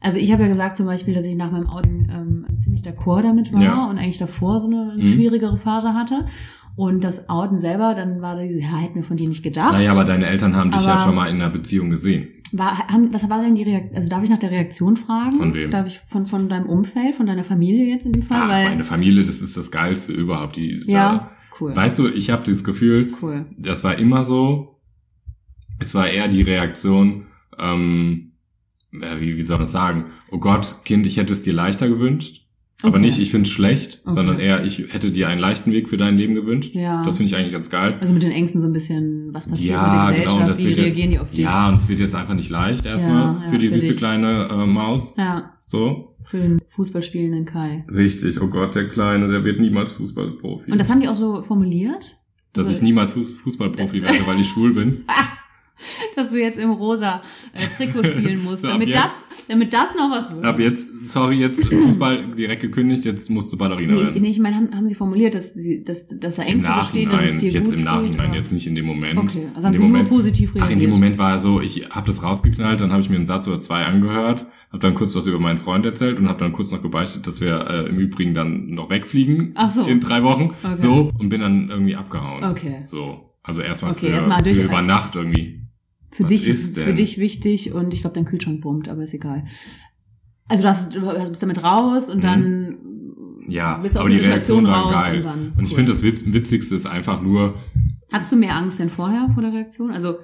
also ich habe ja gesagt zum Beispiel, dass ich nach meinem Outing ähm, ziemlich d'accord damit war Ja. und eigentlich davor so eine Mhm. schwierigere Phase hatte. Und das Outen selber, dann war diese, ja, hätten wir von dir nicht gedacht. Naja, aber deine Eltern haben dich ja Aber- schon mal in einer Beziehung gesehen. War, haben, was war denn die Reaktion? Also darf ich nach der Reaktion fragen? Von wem? Darf ich von, von deinem Umfeld, von deiner Familie jetzt in dem Fall? Ach, Weil, meine Familie, das ist das Geilste überhaupt. Die, ja, cool. Da, weißt du, ich habe dieses Gefühl, cool. das war immer so. Es war eher die Reaktion, ähm, äh, wie, wie soll man das sagen? Oh Gott, Kind, ich hätte es dir leichter gewünscht. Aber Okay. nicht, ich finde es schlecht, Okay. sondern eher, ich hätte dir einen leichten Weg für dein Leben gewünscht. Ja. Das finde ich eigentlich ganz geil. also mit den Ängsten so ein bisschen, was passiert Ja, mit der genau, Gesellschaft, das wie wird jetzt- reagieren die auf dich? Ja, und es wird jetzt einfach nicht leicht erstmal Ja, ja, für die für süße dich. kleine äh, Maus. ja, So. für den Fußballspielenden Kai. Richtig, oh Gott, der Kleine, der wird niemals Fußballprofi. Und das haben die auch so formuliert, Also, Dass ich niemals Fuß- Fußballprofi werde, weil ich schwul bin. dass du jetzt im rosa äh, Trikot spielen musst, So, ab damit jetzt- das, damit das noch was wird. Ab jetzt, sorry, jetzt Fußball direkt gekündigt, jetzt musst du Ballerina Nee, werden. nee, ich meine, haben, haben sie formuliert, dass, sie, dass, dass da Im Ängste bestehen, dass es Nachhinein, dir jetzt gut im Nachhinein, tut, jetzt nicht in dem Moment. Okay, also haben in dem sie Moment, nur positiv reagiert. Ach, in dem Moment war so, ich habe das rausgeknallt, dann habe ich mir einen Satz oder zwei angehört, habe dann kurz was über meinen Freund erzählt und habe dann kurz noch gebeichtet, dass wir äh, im Übrigen dann noch wegfliegen Ach so. in drei Wochen. Okay. So, und bin dann irgendwie abgehauen. Okay. So. Also erstmal Okay, für, erstmal durch- für über Nacht irgendwie. Für Was dich, ist für denn? dich wichtig und ich glaube, dein Kühlschrank brummt, aber ist egal. Also du, hast, du bist damit raus und Mhm. dann Ja, bist du aus aber der die Situation Reaktion war raus geil. und dann. Und ich cool. finde, das Witz, Witzigste ist einfach nur, Hattest du mehr Angst denn vorher vor der Reaktion? Also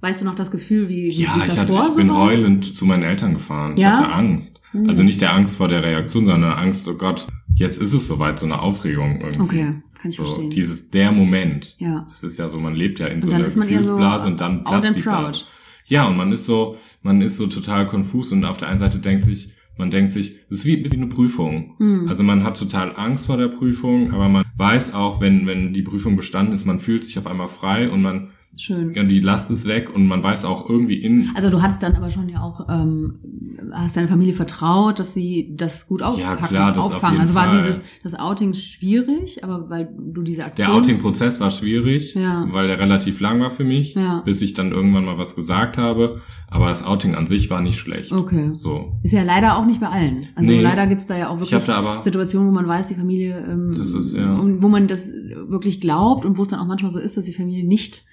weißt du noch das Gefühl, wie, wie Ja, wie es ich, hatte, davor ich so bin war? heulend zu meinen Eltern gefahren. Ich Ja? hatte Angst. Hm. Also nicht der Angst vor der Reaktion, sondern Angst, oh Gott, jetzt ist es soweit, so eine Aufregung irgendwie. Okay, kann ich so, verstehen. dieses der Moment. ja. Das ist ja so, man lebt ja in Und so dann einer ist man eher so Gefühlsblase und out dann platzt and die Blase. proud. Ja, und man ist so, man ist so total konfus und auf der einen Seite denkt sich, man denkt sich, es ist wie ein bisschen eine Prüfung. Hm. Also man hat total Angst vor der Prüfung, aber man weiß auch, wenn, wenn die Prüfung bestanden ist, man fühlt sich auf einmal frei und man, Schön. ja, die Last ist weg und man weiß auch irgendwie in, Also du hattest dann aber schon ja auch, ähm, hast deiner Familie vertraut, dass sie das gut aufpacken, klar, das auf auffangen. jeden also war Fall. dieses das Outing schwierig, aber weil du diese Aktion. Der Outing-Prozess war schwierig, Also Ja. weil der relativ lang war für mich, Ja, bis ich dann irgendwann mal was gesagt habe. Aber das Outing an sich war nicht schlecht. okay. So. Ist ja leider auch nicht bei allen. Also Nee. leider gibt's da ja auch Ich wirklich hatte aber, Situationen, wo man weiß, die Familie, ähm, Das ist, ja. und wo man das wirklich glaubt und wo es dann auch manchmal so ist, dass die Familie nicht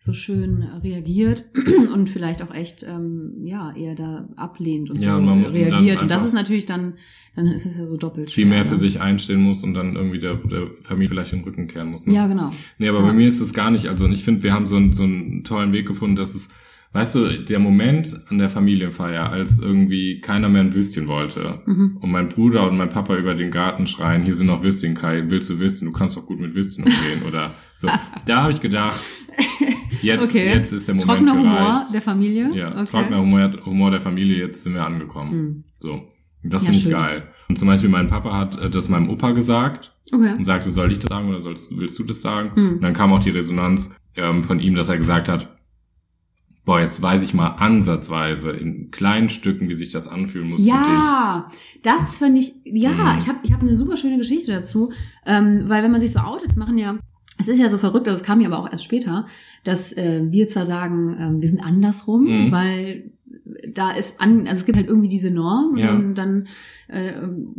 so schön äh, reagiert und vielleicht auch echt ähm, ja eher da ablehnt und Ja, so und man muss reagiert. dann Und das einfach- ist natürlich dann, dann ist das ja so doppelt viel schwer, mehr für ne? sich einstehen muss und dann irgendwie der, der Familie vielleicht den Rücken kehren muss. Ne? Ja, genau. Nee, aber Ja. bei mir ist das gar nicht. Also und ich finde, wir haben so, einen- so einen tollen Weg gefunden, dass es Weißt du, der Moment an der Familienfeier, als irgendwie keiner mehr ein Würstchen wollte Mhm. und mein Bruder und mein Papa über den Garten schreien, hier sind noch Würstchen, Kai, willst du Würstchen? Du kannst doch gut mit Würstchen umgehen oder so. Da habe ich gedacht, jetzt, Okay. jetzt ist der Moment Trockener Humor gereicht. der Familie. Ja, okay. trockener Humor, Humor der Familie, jetzt sind wir angekommen. Hm. So. Und das Ja, finde ich schön. geil. Und zum Beispiel mein Papa hat äh, das meinem Opa gesagt Okay. und sagte, soll ich das sagen oder sollst, willst du das sagen? Hm. Und dann kam auch die Resonanz ähm, von ihm, dass er gesagt hat, boah, jetzt weiß ich mal ansatzweise in kleinen Stücken, wie sich das anfühlen muss für Ja, das finde ich, ja, Mhm. ich habe ich hab eine super schöne Geschichte dazu, ähm, weil wenn man sich so outet, das machen ja, es ist ja so verrückt, also es kam mir aber auch erst später, dass äh, wir zwar sagen, ähm, wir sind andersrum, Mhm. weil da ist an, also es gibt halt irgendwie diese Norm Ja. und dann, äh, ähm,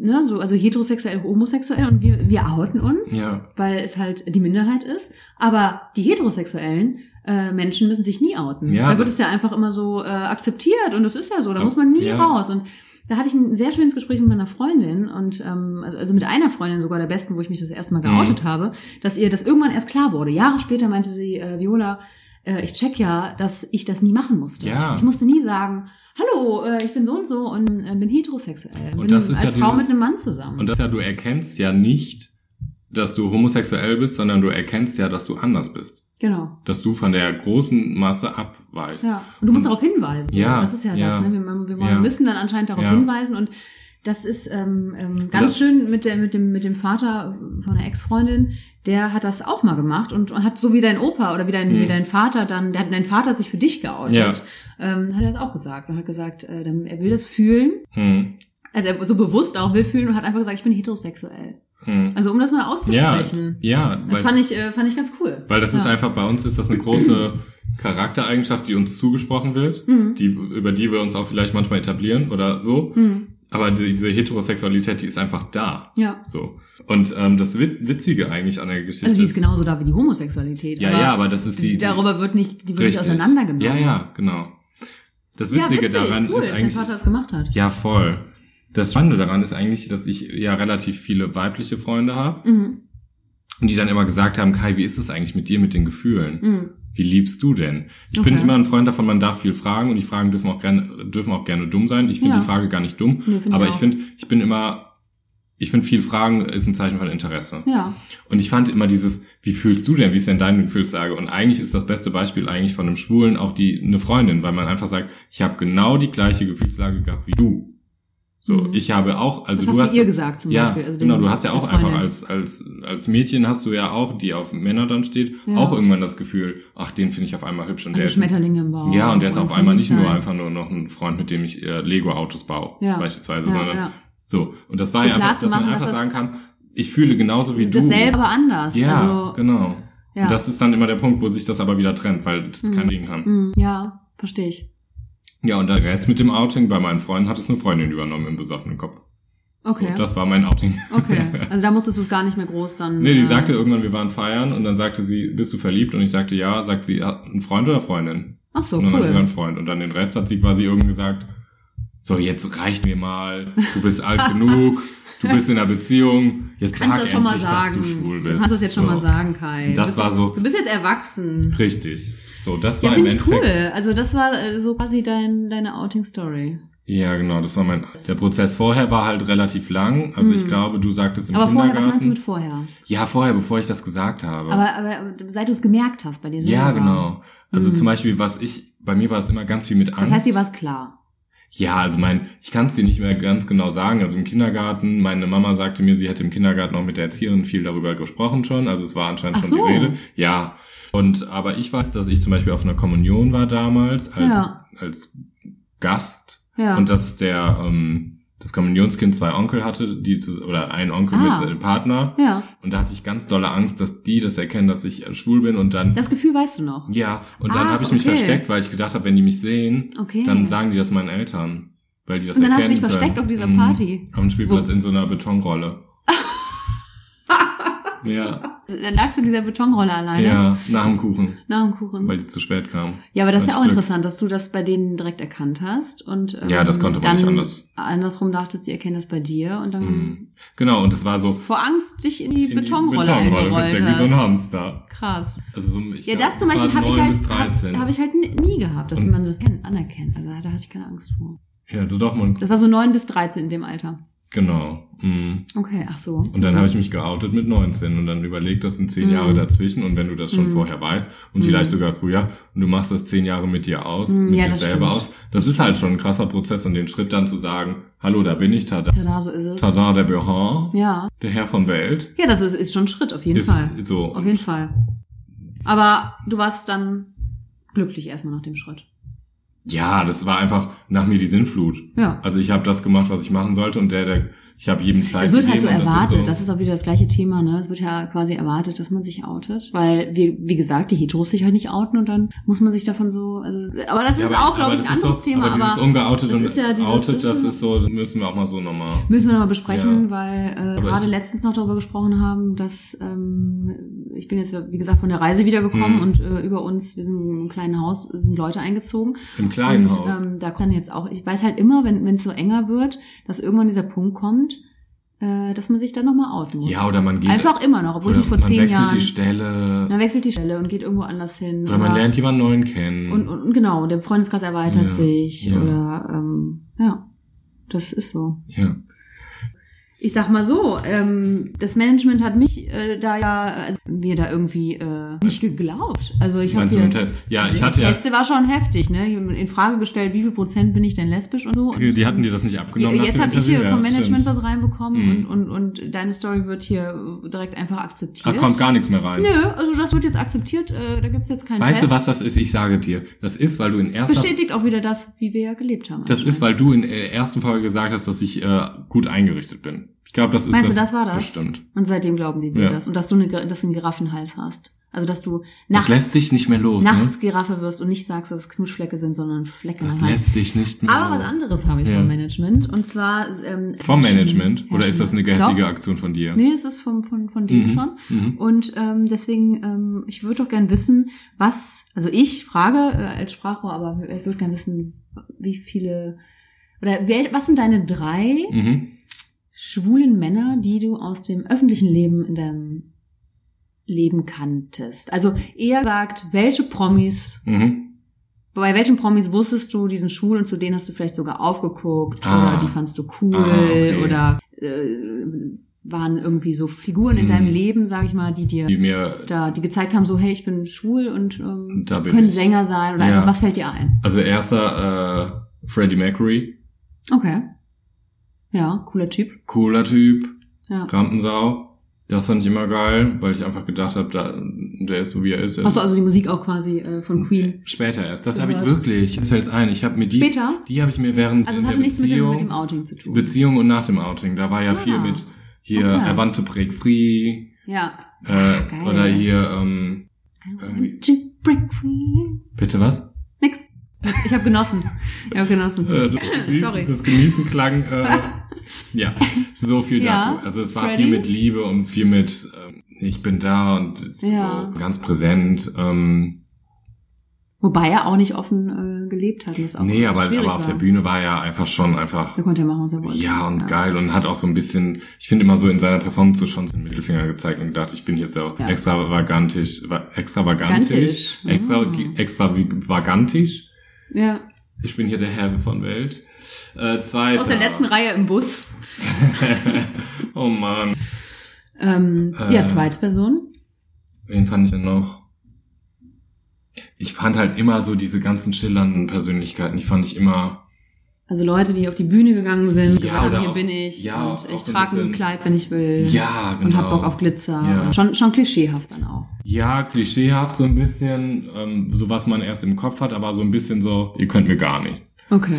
ne, so, also heterosexuell, homosexuell und wir, wir outen uns, dich. Ja. weil es halt die Minderheit ist, aber die heterosexuellen äh, Menschen müssen sich nie outen. Ja, da wird das- es ja einfach immer so äh, akzeptiert und das ist ja so, da Ja, muss man nie ja. raus. Und da hatte ich ein sehr schönes Gespräch mit meiner Freundin und ähm, also- also mit einer Freundin sogar der besten, wo ich mich das erste Mal Mhm. geoutet habe, dass ihr das irgendwann erst klar wurde. Jahre später meinte sie, äh, Viola, äh, ich check ja, dass ich das nie machen musste. Ja. Ich musste nie sagen, hallo, äh, ich bin so und so und äh, bin heterosexuell. Und bin das ist als ja Frau dieses- mit einem Mann zusammen. Und das ist ja, du erkennst ja nicht, dass du homosexuell bist, sondern du erkennst ja, dass du anders bist. genau. Dass du von der großen Masse abweichst. Ja, und du musst Und- darauf hinweisen. Ja, Das ist ja, ja. das. Ne? Wir, wir wollen, Ja. müssen dann anscheinend darauf Ja. hinweisen. Und das ist ähm, ähm, ganz das- schön mit, der, mit, dem, mit dem Vater von einer Ex-Freundin. Der hat das auch mal gemacht und hat so wie dein Opa oder wie dein, Mhm. wie dein Vater dann, der, hat- dein Vater hat sich für dich geoutet. Ja. Ähm, hat er das auch gesagt. Er hat gesagt, äh, dann- er will das fühlen. Hm. Also er so bewusst auch will fühlen und hat einfach gesagt, ich bin heterosexuell. Hm. Also um das mal Ja, auszusprechen. ja, Das weil, fand ich, äh, fand ich ganz cool. weil das ist Ja. einfach, bei uns ist das eine große Charaktereigenschaft, die uns zugesprochen wird. Mhm. die, über die wir uns auch vielleicht manchmal etablieren oder so. Mhm. Aber die- diese Heterosexualität, die ist einfach da. Ja. So. Und ähm, das Wit- Witzige eigentlich an der Geschichte. Also die ist genauso da wie die Homosexualität. ja, aber- ja, aber das ist die. die darüber wird nicht, die wird nicht richtig. auseinandergenommen. Ja, ja, genau. Das Ja, Witzige witzig, cool, daran ist dass dein eigentlich. Vater das gemacht hat. ja, voll. Das Spannende daran ist eigentlich, dass ich ja relativ viele weibliche Freunde habe Mhm. und die dann immer gesagt haben, Kai, wie ist es eigentlich mit dir, mit den Gefühlen? Mhm. Wie liebst du denn? Ich bin Okay. immer ein Freund davon, man darf viel fragen und die Fragen dürfen auch gerne, dürfen auch gerne dumm sein. Ich finde Ja. die Frage gar nicht dumm, Nee, find aber ich ich auch. finde, ich bin immer, ich finde viel Fragen ist ein Zeichen von Interesse. Ja, Und ich fand immer dieses, wie fühlst du denn, wie ist denn deine Gefühlslage? Und eigentlich ist das beste Beispiel eigentlich von einem Schwulen auch die eine Freundin, weil man einfach sagt, ich habe genau die gleiche Gefühlslage gehabt wie du. So, Mhm. ich habe auch, das also du hast hast du ihr gesagt zum ja, Beispiel. Also genau, den- du hast ja der auch einfach Freundin. als, als, als Mädchen hast du ja auch, die auf Männer dann steht, Ja. auch irgendwann das Gefühl, ach, den finde ich auf einmal hübsch und also der ist, Schmetterlinge im Bauch. ja, und der ist auf von einmal dem nicht nur Kleinen. einfach nur noch ein Freund, mit dem ich äh, Lego-Autos baue, Ja. beispielsweise, Ja, sondern ja. so. Und das war So ja klar einfach, zu dass man machen, einfach dass das- sagen kann, ich fühle genauso wie du. Dasselbe, aber anders. Ja, also, genau. ja. Und das ist dann immer der Punkt, wo sich das aber wieder trennt, weil das Mhm. kein Ding haben. Mhm. ja, verstehe ich. Ja, und der Rest mit dem Outing bei meinen Freunden hat es eine Freundin übernommen im besoffenen Kopf. Okay, So, das war mein Outing. okay. Also da musstest du es gar nicht mehr groß dann... Nee, die äh, sagte irgendwann, wir waren feiern und dann sagte sie, bist du verliebt? Und ich sagte, ja, sagt sie, "Ah, ein Freund oder Freundin? Ach so, und dann hat sie Oh, halt cool. einen Freund. Und dann den Rest hat sie quasi irgendwie gesagt, so, jetzt reicht mir mal, du bist alt genug, du bist in einer Beziehung, jetzt Du kannst sag das schon mal endlich, sagen. dass du schwul bist. Du kannst das jetzt schon so. mal sagen, Kai. Das du bist, war so- Du bist jetzt erwachsen. Richtig. So, das Ja, war im finde ich Endeffekt. cool. Also das war äh, so quasi dein, deine Outing-Story. Ja, genau, das war mein. Der Prozess vorher war halt relativ lang. Also ich Mhm. glaube, du sagtest im Aber vorher, Kindergarten. was meinst du mit vorher? ja, vorher, bevor ich das gesagt habe. Aber, aber, aber seit du es gemerkt hast bei dir selber. ja, genau. Also Mhm. zum Beispiel, was ich, bei mir war das immer ganz viel mit Angst. Das heißt, dir war es klar. Ja, also mein, ich kann es dir nicht mehr ganz genau sagen. Also im Kindergarten, meine Mama sagte mir, sie hätte im Kindergarten auch mit der Erzieherin viel darüber gesprochen schon. Also es war anscheinend Ach schon so. die Rede. Ja. Und aber ich weiß, dass ich zum Beispiel auf einer Kommunion war damals als, Ja. als Gast Ja. und dass der ähm, das Kommunionskind zwei Onkel hatte, die zu, oder ein Onkel Ah. mit seinem Partner. ja. Und da hatte ich ganz dolle Angst, dass die das erkennen, dass ich äh, schwul bin und dann Das Gefühl weißt du noch. ja und dann Ach, habe ich mich Ah, okay. versteckt, weil ich gedacht habe, wenn die mich sehen, Okay. dann sagen die das meinen Eltern, weil die das und dann hast du erkennen dich versteckt können. auf dieser Mhm. Party. Am Spielplatz Wo- in so einer Betonrolle. ja. Dann lagst du in dieser Betonrolle alleine. Ja, nach dem Kuchen, Nach dem Kuchen. weil die zu spät kamen. ja, aber das ist das ja auch Stück. interessant, dass du das bei denen direkt erkannt hast und ähm, Ja, das konnte man dann nicht anders. Andersrum dachtest, die erkennen das bei dir und dann Mhm. Genau, und es war so vor Angst dich in die in die Betonrolle Betonrolle, eingerollt wie so ein hast. Hamster. Krass. Also so, ich Ja, glaub, das zum es Beispiel waren habe ich, 9 halt, bis hab, 13. hab ich halt n- nie gehabt, dass Und- man das kenn- anerkennt. Also da hatte ich keine Angst vor. ja, du doch mal. Das war so 9 bis 13 in dem Alter. Genau. Mhm. Okay, ach so. Und dann habe ich mich geoutet mit 19 und dann überlegt, das sind zehn Mhm. Jahre dazwischen und wenn du das schon Mhm. vorher weißt und Mhm. vielleicht sogar früher und du machst das zehn Jahre mit dir aus, Mhm, mit ja, dir das selber stimmt. aus, das ist halt schon ein krasser Prozess und den Schritt dann zu sagen, hallo, da bin ich, tada, Tada, so ist es. tada der Behar, Ja. der Herr von Welt. Ja, das ist, ist schon ein Schritt, auf jeden Ist Fall. so. Auf jeden Fall. Aber du warst dann glücklich erstmal nach dem Schritt. Ja, das war einfach nach mir die Sinnflut. Ja. Also ich habe das gemacht, was ich machen sollte und der, der ich habe jedem Zeit Es wird halt so gegeben und erwartet, Das das ist auch wieder das gleiche Thema, ne? Es wird ja quasi erwartet, dass man sich outet, weil wir, wie gesagt, die Heteros sich halt nicht outen und dann muss man sich davon so, also, aber das ist auch, glaube ich, ein anderes Thema, Aber dieses aber ungeoutet das und ist ja dieses- outet, das das ist- ist so, müssen wir auch mal so nochmal. müssen wir nochmal besprechen, Ja. weil äh, Aber gerade ich- letztens noch darüber gesprochen haben, dass ähm, ich bin jetzt, wie gesagt, von der Reise wiedergekommen Mhm. und äh, über uns, wir sind im kleinen Haus, sind Leute eingezogen Im kleinen und, Haus. Ähm, da kommt dann jetzt auch, ich weiß halt immer, wenn es so enger wird, dass irgendwann dieser Punkt kommt, äh, dass man sich dann nochmal outen muss. ja, oder man geht. Einfach immer noch, obwohl ich oder mich vor man zehn wechselt Jahren. die Stelle. man wechselt die Stelle und geht irgendwo anders hin. Oder man lernt jemanden neuen kennen. und, und, und genau, der Freundeskreis erweitert Ja, sich. ja. Oder ähm, ja, das ist so. ja. Ich sag mal so, ähm, das Management hat mich äh, da ja, also, mir da irgendwie äh, nicht geglaubt. Also ich habe Meinst du mit hier. Test? Ja, ich hatte der ja. Teste war schon heftig, ne? In Frage gestellt, wie viel Prozent bin ich denn lesbisch und so. Und Die hatten dir das nicht abgenommen. Jetzt habe ich hier vom Management was reinbekommen Mhm. und, und, und deine Story wird hier direkt einfach Da akzeptiert. Ah, kommt gar nichts mehr rein. Nö, also das wird jetzt akzeptiert, äh, da gibt's jetzt keinen weißt Test. du, was das ist? Ich sage dir. Das ist, weil du in erster Bestätigt auch wieder das, wie wir ja gelebt haben. Also, Das ist, anscheinend. weil du in der ersten Folge gesagt hast, dass ich äh, gut eingerichtet bin. Ich glaube, das ist Meinst das. du, das war das? Bestimmt. Und seitdem glauben die dir Ja. das. Und dass du, eine, Ger- dass du einen Giraffenhals hast. Also dass du Das lässt nachts, dich nicht mehr los. nachts ne? Giraffe wirst und nicht sagst, dass es Knutschflecke sind, sondern Flecken Das am Hals. lässt dich nicht mehr Aber los. was anderes habe ich Ja. vom Management. Und zwar ähm, Vom Management? Oder ist das eine gehässige Doch. Aktion von dir? Nee, das ist vom, von, von denen Mhm. schon. Mhm. Und ähm, deswegen, ähm, ich würde doch gern wissen, was, also ich frage äh, als Sprachrohr, aber ich würde gern wissen, wie viele oder wel, was sind deine drei Mhm. schwulen Männer, die du aus dem öffentlichen Leben in deinem Leben kanntest? Also eher sagt, welche Promis, Mhm. bei welchen Promis wusstest du, die sind schwul und zu denen hast du vielleicht sogar aufgeguckt Ah. oder die fandst du cool Ah, okay. oder äh, waren irgendwie so Figuren in Mhm. deinem Leben, sag ich mal, die dir Die mir da, die gezeigt haben, so hey, ich bin schwul und ähm, Da bin können ich. Sänger sein oder Ja. einfach, was fällt dir ein? Also erster äh, Freddie Mercury, Okay. Ja, cooler Typ. cooler Typ, Ja. Rampensau. Das fand ich immer geil, weil ich einfach gedacht habe, da, der ist so wie er ist. Hast du also die Musik auch quasi äh, von Queen? Später erst. Das habe ich gehört? wirklich. Das fällt ein. Ich habe mir die, Später? die habe ich mir während Also es der hatte nichts mit dem, Beziehung- mit dem Outing zu tun. Beziehung und nach dem Outing. Da war ja Ah. viel mit hier Okay. Erwandte Break Free ja. äh, geil. oder hier ähm, I Irgendwie- want to break free. bitte was? Nix. Ich habe genossen. Ich habe genossen. Äh, das, Sorry. Genießen, das Genießen klang äh, ja so viel Ja. dazu. Also es war Freddy? viel mit Liebe und viel mit ähm, ich bin da und Ja. so ganz präsent. Ähm, Wobei er auch nicht offen äh, gelebt hat. und Das auch nee, aber, schwierig ne? aber auf war. der Bühne war er einfach schon einfach Da konnte er machen, was er wollte. ja und geil und hat auch so ein bisschen, ich finde immer so in seiner Performance schon den Mittelfinger gezeigt und gedacht, ich bin hier so Ja. extravagantisch, extravagantisch. Gigantisch. Extra, Mm. extravagantisch. Ja. Ich bin hier der Herr von Welt. Äh, zweiter. Aus der letzten Reihe im Bus. oh Mann. Ähm, ja, Äh. zweite Person. Wen fand ich denn noch? Ich fand halt immer so diese ganzen schillernden Persönlichkeiten. Die fand ich immer. Also Leute, die auf die Bühne gegangen sind, Ja, gesagt haben, oder hier auch- bin ich ja, und auch ich so ein trage ein bisschen- Kleid, wenn ich will Ja, genau. und hab Bock auf Glitzer. Ja. Und schon, schon klischeehaft dann auch. Ja, klischeehaft so ein bisschen. Ähm, so was man erst im Kopf hat, aber so ein bisschen so, ihr könnt mir gar nichts. Okay.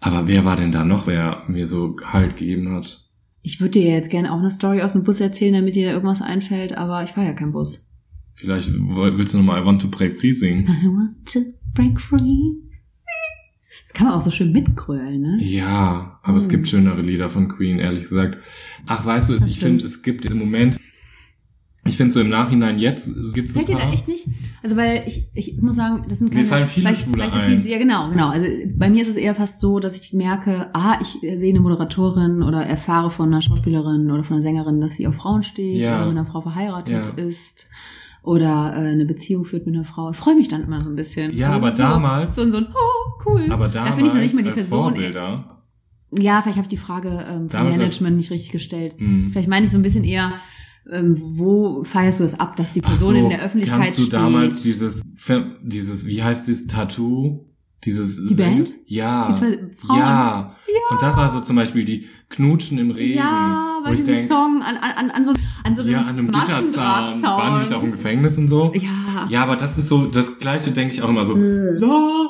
Aber wer war denn da noch, wer mir so Halt gegeben hat? Ich würde dir jetzt gerne auch eine Story aus dem Bus erzählen, damit dir irgendwas einfällt, aber ich fahre ja keinen Bus. Vielleicht woll- willst du nochmal I want to break free I singen. want to break free. Das kann man auch so schön mitgrölen, ne? Ja, aber es Hm. gibt schönere Lieder von Queen, ehrlich gesagt. Ach, weißt du, es- Das ich stimmt. finde, es gibt im Moment, Ich finde so im Nachhinein jetzt es gibt Fällt so dir ein paar, da echt nicht? Also weil ich, ich muss sagen, das sind Mir keine. fallen viele weil ich, Schwule weil ich das ein. dieses- Ja, genau, genau. Also bei mir ist es eher fast so, dass ich merke, ah, ich sehe eine Moderatorin oder erfahre von einer Schauspielerin oder von einer Sängerin, dass sie auf Frauen steht Ja. oder mit einer Frau verheiratet Ja. ist oder äh, eine Beziehung führt mit einer Frau. Ich freue mich dann immer so ein bisschen. Ja, Also aber es ist so, damals- So, so ein Oh, cool. aber da damals finde ich noch nicht mal die als Person. Vorbilder. Ja, vielleicht habe ich die Frage ähm, vom Damals- Management nicht richtig gestellt. Hm. Vielleicht meine ich so ein bisschen eher, ähm, wo feierst du es ab, dass die Ach Person so, in der Öffentlichkeit kannst du steht? damals dieses Ver- dieses wie heißt dieses Tattoo dieses Die Band? ja die zwei Frauen. ja. und das war so zum Beispiel die Knutschen im Regen Ja, wo bei ich diesem denk, Song an, an, an, an so, an so einem, ja an einem Gitterzaun Maschendrahtzaun. waren die nicht auch im Gefängnis und so ja. ja aber das ist so das gleiche denke ich auch immer so Äh. la,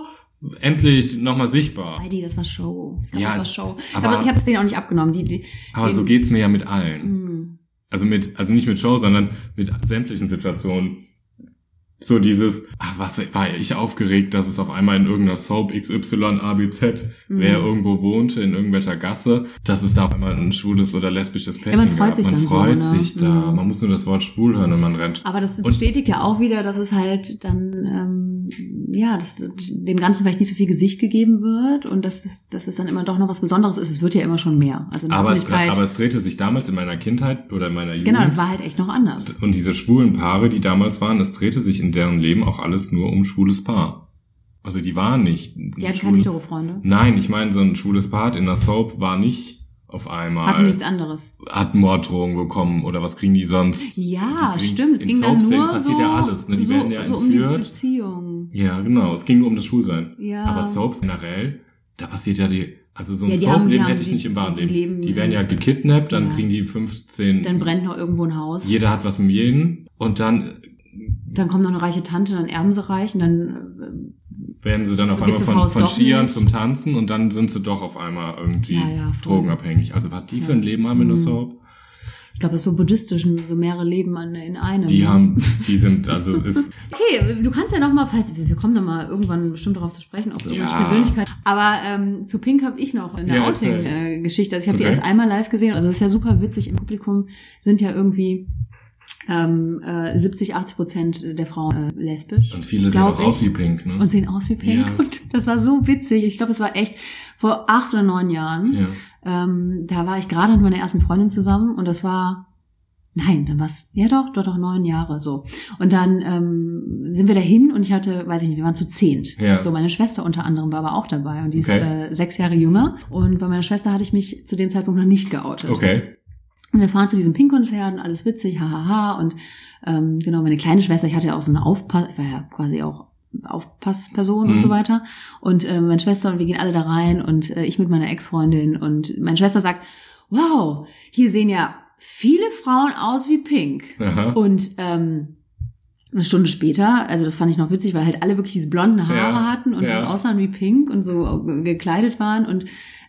endlich nochmal sichtbar Heidi, das war Show. Ich glaube, Ja, das war es- Show. aber- Aber, ich habe es denen auch nicht abgenommen. Die, die, hm, aber so den- geht's mir ja mit allen mh. also mit, also nicht mit Show, sondern mit sämtlichen Situationen. So dieses, ach, was war ich aufgeregt, dass es auf einmal in irgendeiner Soap XY ABZ, Mhm. wer irgendwo wohnte, in irgendwelcher Gasse, dass es da auf einmal ein schwules oder lesbisches Pärchen man freut gab. sich man dann so, freut ne? sich da. Mhm. Man muss nur das Wort schwul hören und man rennt. Aber das Und- bestätigt ja auch wieder, dass es halt dann, ähm, ja, dass dem Ganzen vielleicht nicht so viel Gesicht gegeben wird und dass es, dass es dann immer doch noch was Besonderes ist. Es wird ja immer schon mehr. Also in der Aber es, Öffentlichkeit. aber es drehte sich damals in meiner Kindheit oder in meiner Jugend. genau, das war halt echt noch anders. und diese schwulen Paare, die damals waren, es drehte sich in deren Leben auch alles nur um schwules Paar. Also die waren nicht. Die hatten keine Hetero-Freunde. Nein, ich meine, so ein schwules Part in der Soap war nicht auf einmal. Hatte nichts anderes. Hat Morddrohungen bekommen oder was kriegen die sonst? Ja, Also Die kriegen- stimmt. Es in ging dann Soap-Szenen nur passiert so, ja alles, ne? Die so, werden ja so um die entführt. Beziehung. Ja, genau. Es ging nur um das Schwulsein. Ja. Aber Soaps generell, da passiert ja die. Also so ein Ähm. Ja, die haben- die Soap-Leben haben- hätte ich die- nicht im die- die Wahnsinn. leben die werden in- ja gekidnappt, dann Ja. kriegen die 15. Dann brennt noch irgendwo ein Haus. Jeder hat was mit jedem. Und dann Dann kommt noch eine reiche Tante, dann erben sie reich und dann, äh, werden sie dann auf Also Gibt's das einmal von, Haus von doch Skiern nicht? zum Tanzen und dann sind sie doch auf einmal äh, irgendwie ja, ja, voll. drogenabhängig. Also was die für ein Ja. Leben haben in der Mhm. Soap. Ich glaube, das ist so buddhistisch, so mehrere Leben an, in einem. ne? Die haben, die sind, also es ist, Okay, du kannst ja noch mal, falls wir wir kommen noch mal irgendwann bestimmt darauf zu sprechen, auf irgendwelche Ja. Persönlichkeit. Aber ähm, zu Pink habe ich noch eine Ja, erzähl. Outing-Geschichte. Also ich habe die Okay. erst einmal live gesehen. Also es ist ja super witzig. Im Publikum sind ja irgendwie ähm, äh, 70, 80 Prozent der Frauen äh, lesbisch. und viele sehen Glaub auch aus ich. wie Pink, ne? und sehen aus wie Pink. Ja. Und das war so witzig. Ich glaube, es war echt vor acht oder neun Jahren. ja. Ähm, da war ich gerade mit meiner ersten Freundin zusammen und das war, nein, dann war es, ja doch, doch, doch, neun Jahre so. Und dann ähm, sind wir dahin und ich hatte, weiß ich nicht, wir waren zu zehnt. Ja. So, meine Schwester unter anderem war aber auch dabei und die ist Okay. äh, sechs Jahre jünger. Und bei meiner Schwester hatte ich mich zu dem Zeitpunkt noch nicht geoutet. Okay. Und wir fahren zu diesem Pink-Konzert und alles witzig, hahaha. Und ähm, genau, meine kleine Schwester, ich hatte ja auch so eine Aufpass, ich war ja quasi auch Aufpassperson Mhm. und so weiter. Und äh, meine Schwester und wir gehen alle da rein und äh, ich mit meiner Ex-Freundin und meine Schwester sagt, wow, hier sehen ja viele Frauen aus wie Pink. Aha. Und ähm, eine Stunde später, also das fand ich noch witzig, weil halt alle wirklich diese blonden Haare Ja, hatten und ja. aussahen wie Pink und so gekleidet waren. Und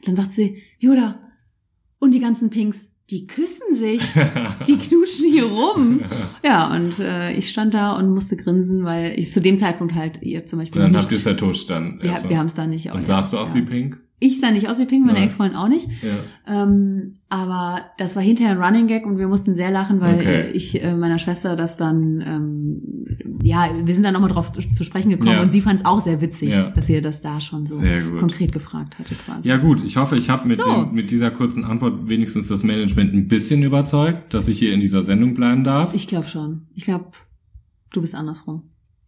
dann sagt sie, Jola, und die ganzen Pinks, die küssen sich, die knutschen hier rum. Ja, und äh, ich stand da und musste grinsen, weil ich zu dem Zeitpunkt halt, ihr habt zum und Beispiel dann habt nicht, ihr es vertuscht dann. wir, erstmal. wir haben es da nicht. und sahst du aus ja. wie Pink? Ich sah nicht aus wie Pink, meine Nein. Ex-Freundin auch nicht. Ja. Ähm, aber das war hinterher ein Running Gag und wir mussten sehr lachen, weil Okay. äh, ich äh, meiner Schwester das dann, ähm, ja, wir sind dann nochmal drauf zu zu sprechen gekommen Ja. und sie fand es auch sehr witzig, Ja. dass ihr das da schon so Sehr gut. konkret gefragt hatte quasi. Ja gut, ich hoffe, ich habe mit, So. dem- mit dieser kurzen Antwort wenigstens das Management ein bisschen überzeugt, dass ich hier in dieser Sendung bleiben darf. Ich glaube schon. Ich glaube, du bist andersrum.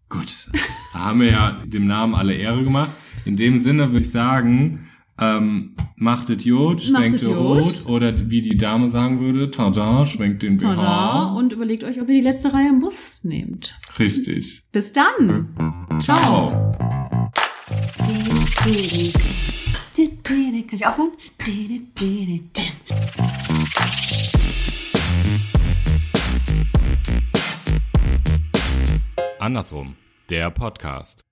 Gut, da haben wir ja dem Namen alle Ehre gemacht. In dem Sinne würde ich sagen, ähm, machtet Jod, schwenkt Machtet ihr Jod. Rot oder wie die Dame sagen würde, tada, schwenkt den BH. Tada. Und überlegt euch, ob ihr die letzte Reihe im Bus nehmt. Richtig. Bis dann. Ciao. Kann ich aufhören? Andersrum, der Podcast.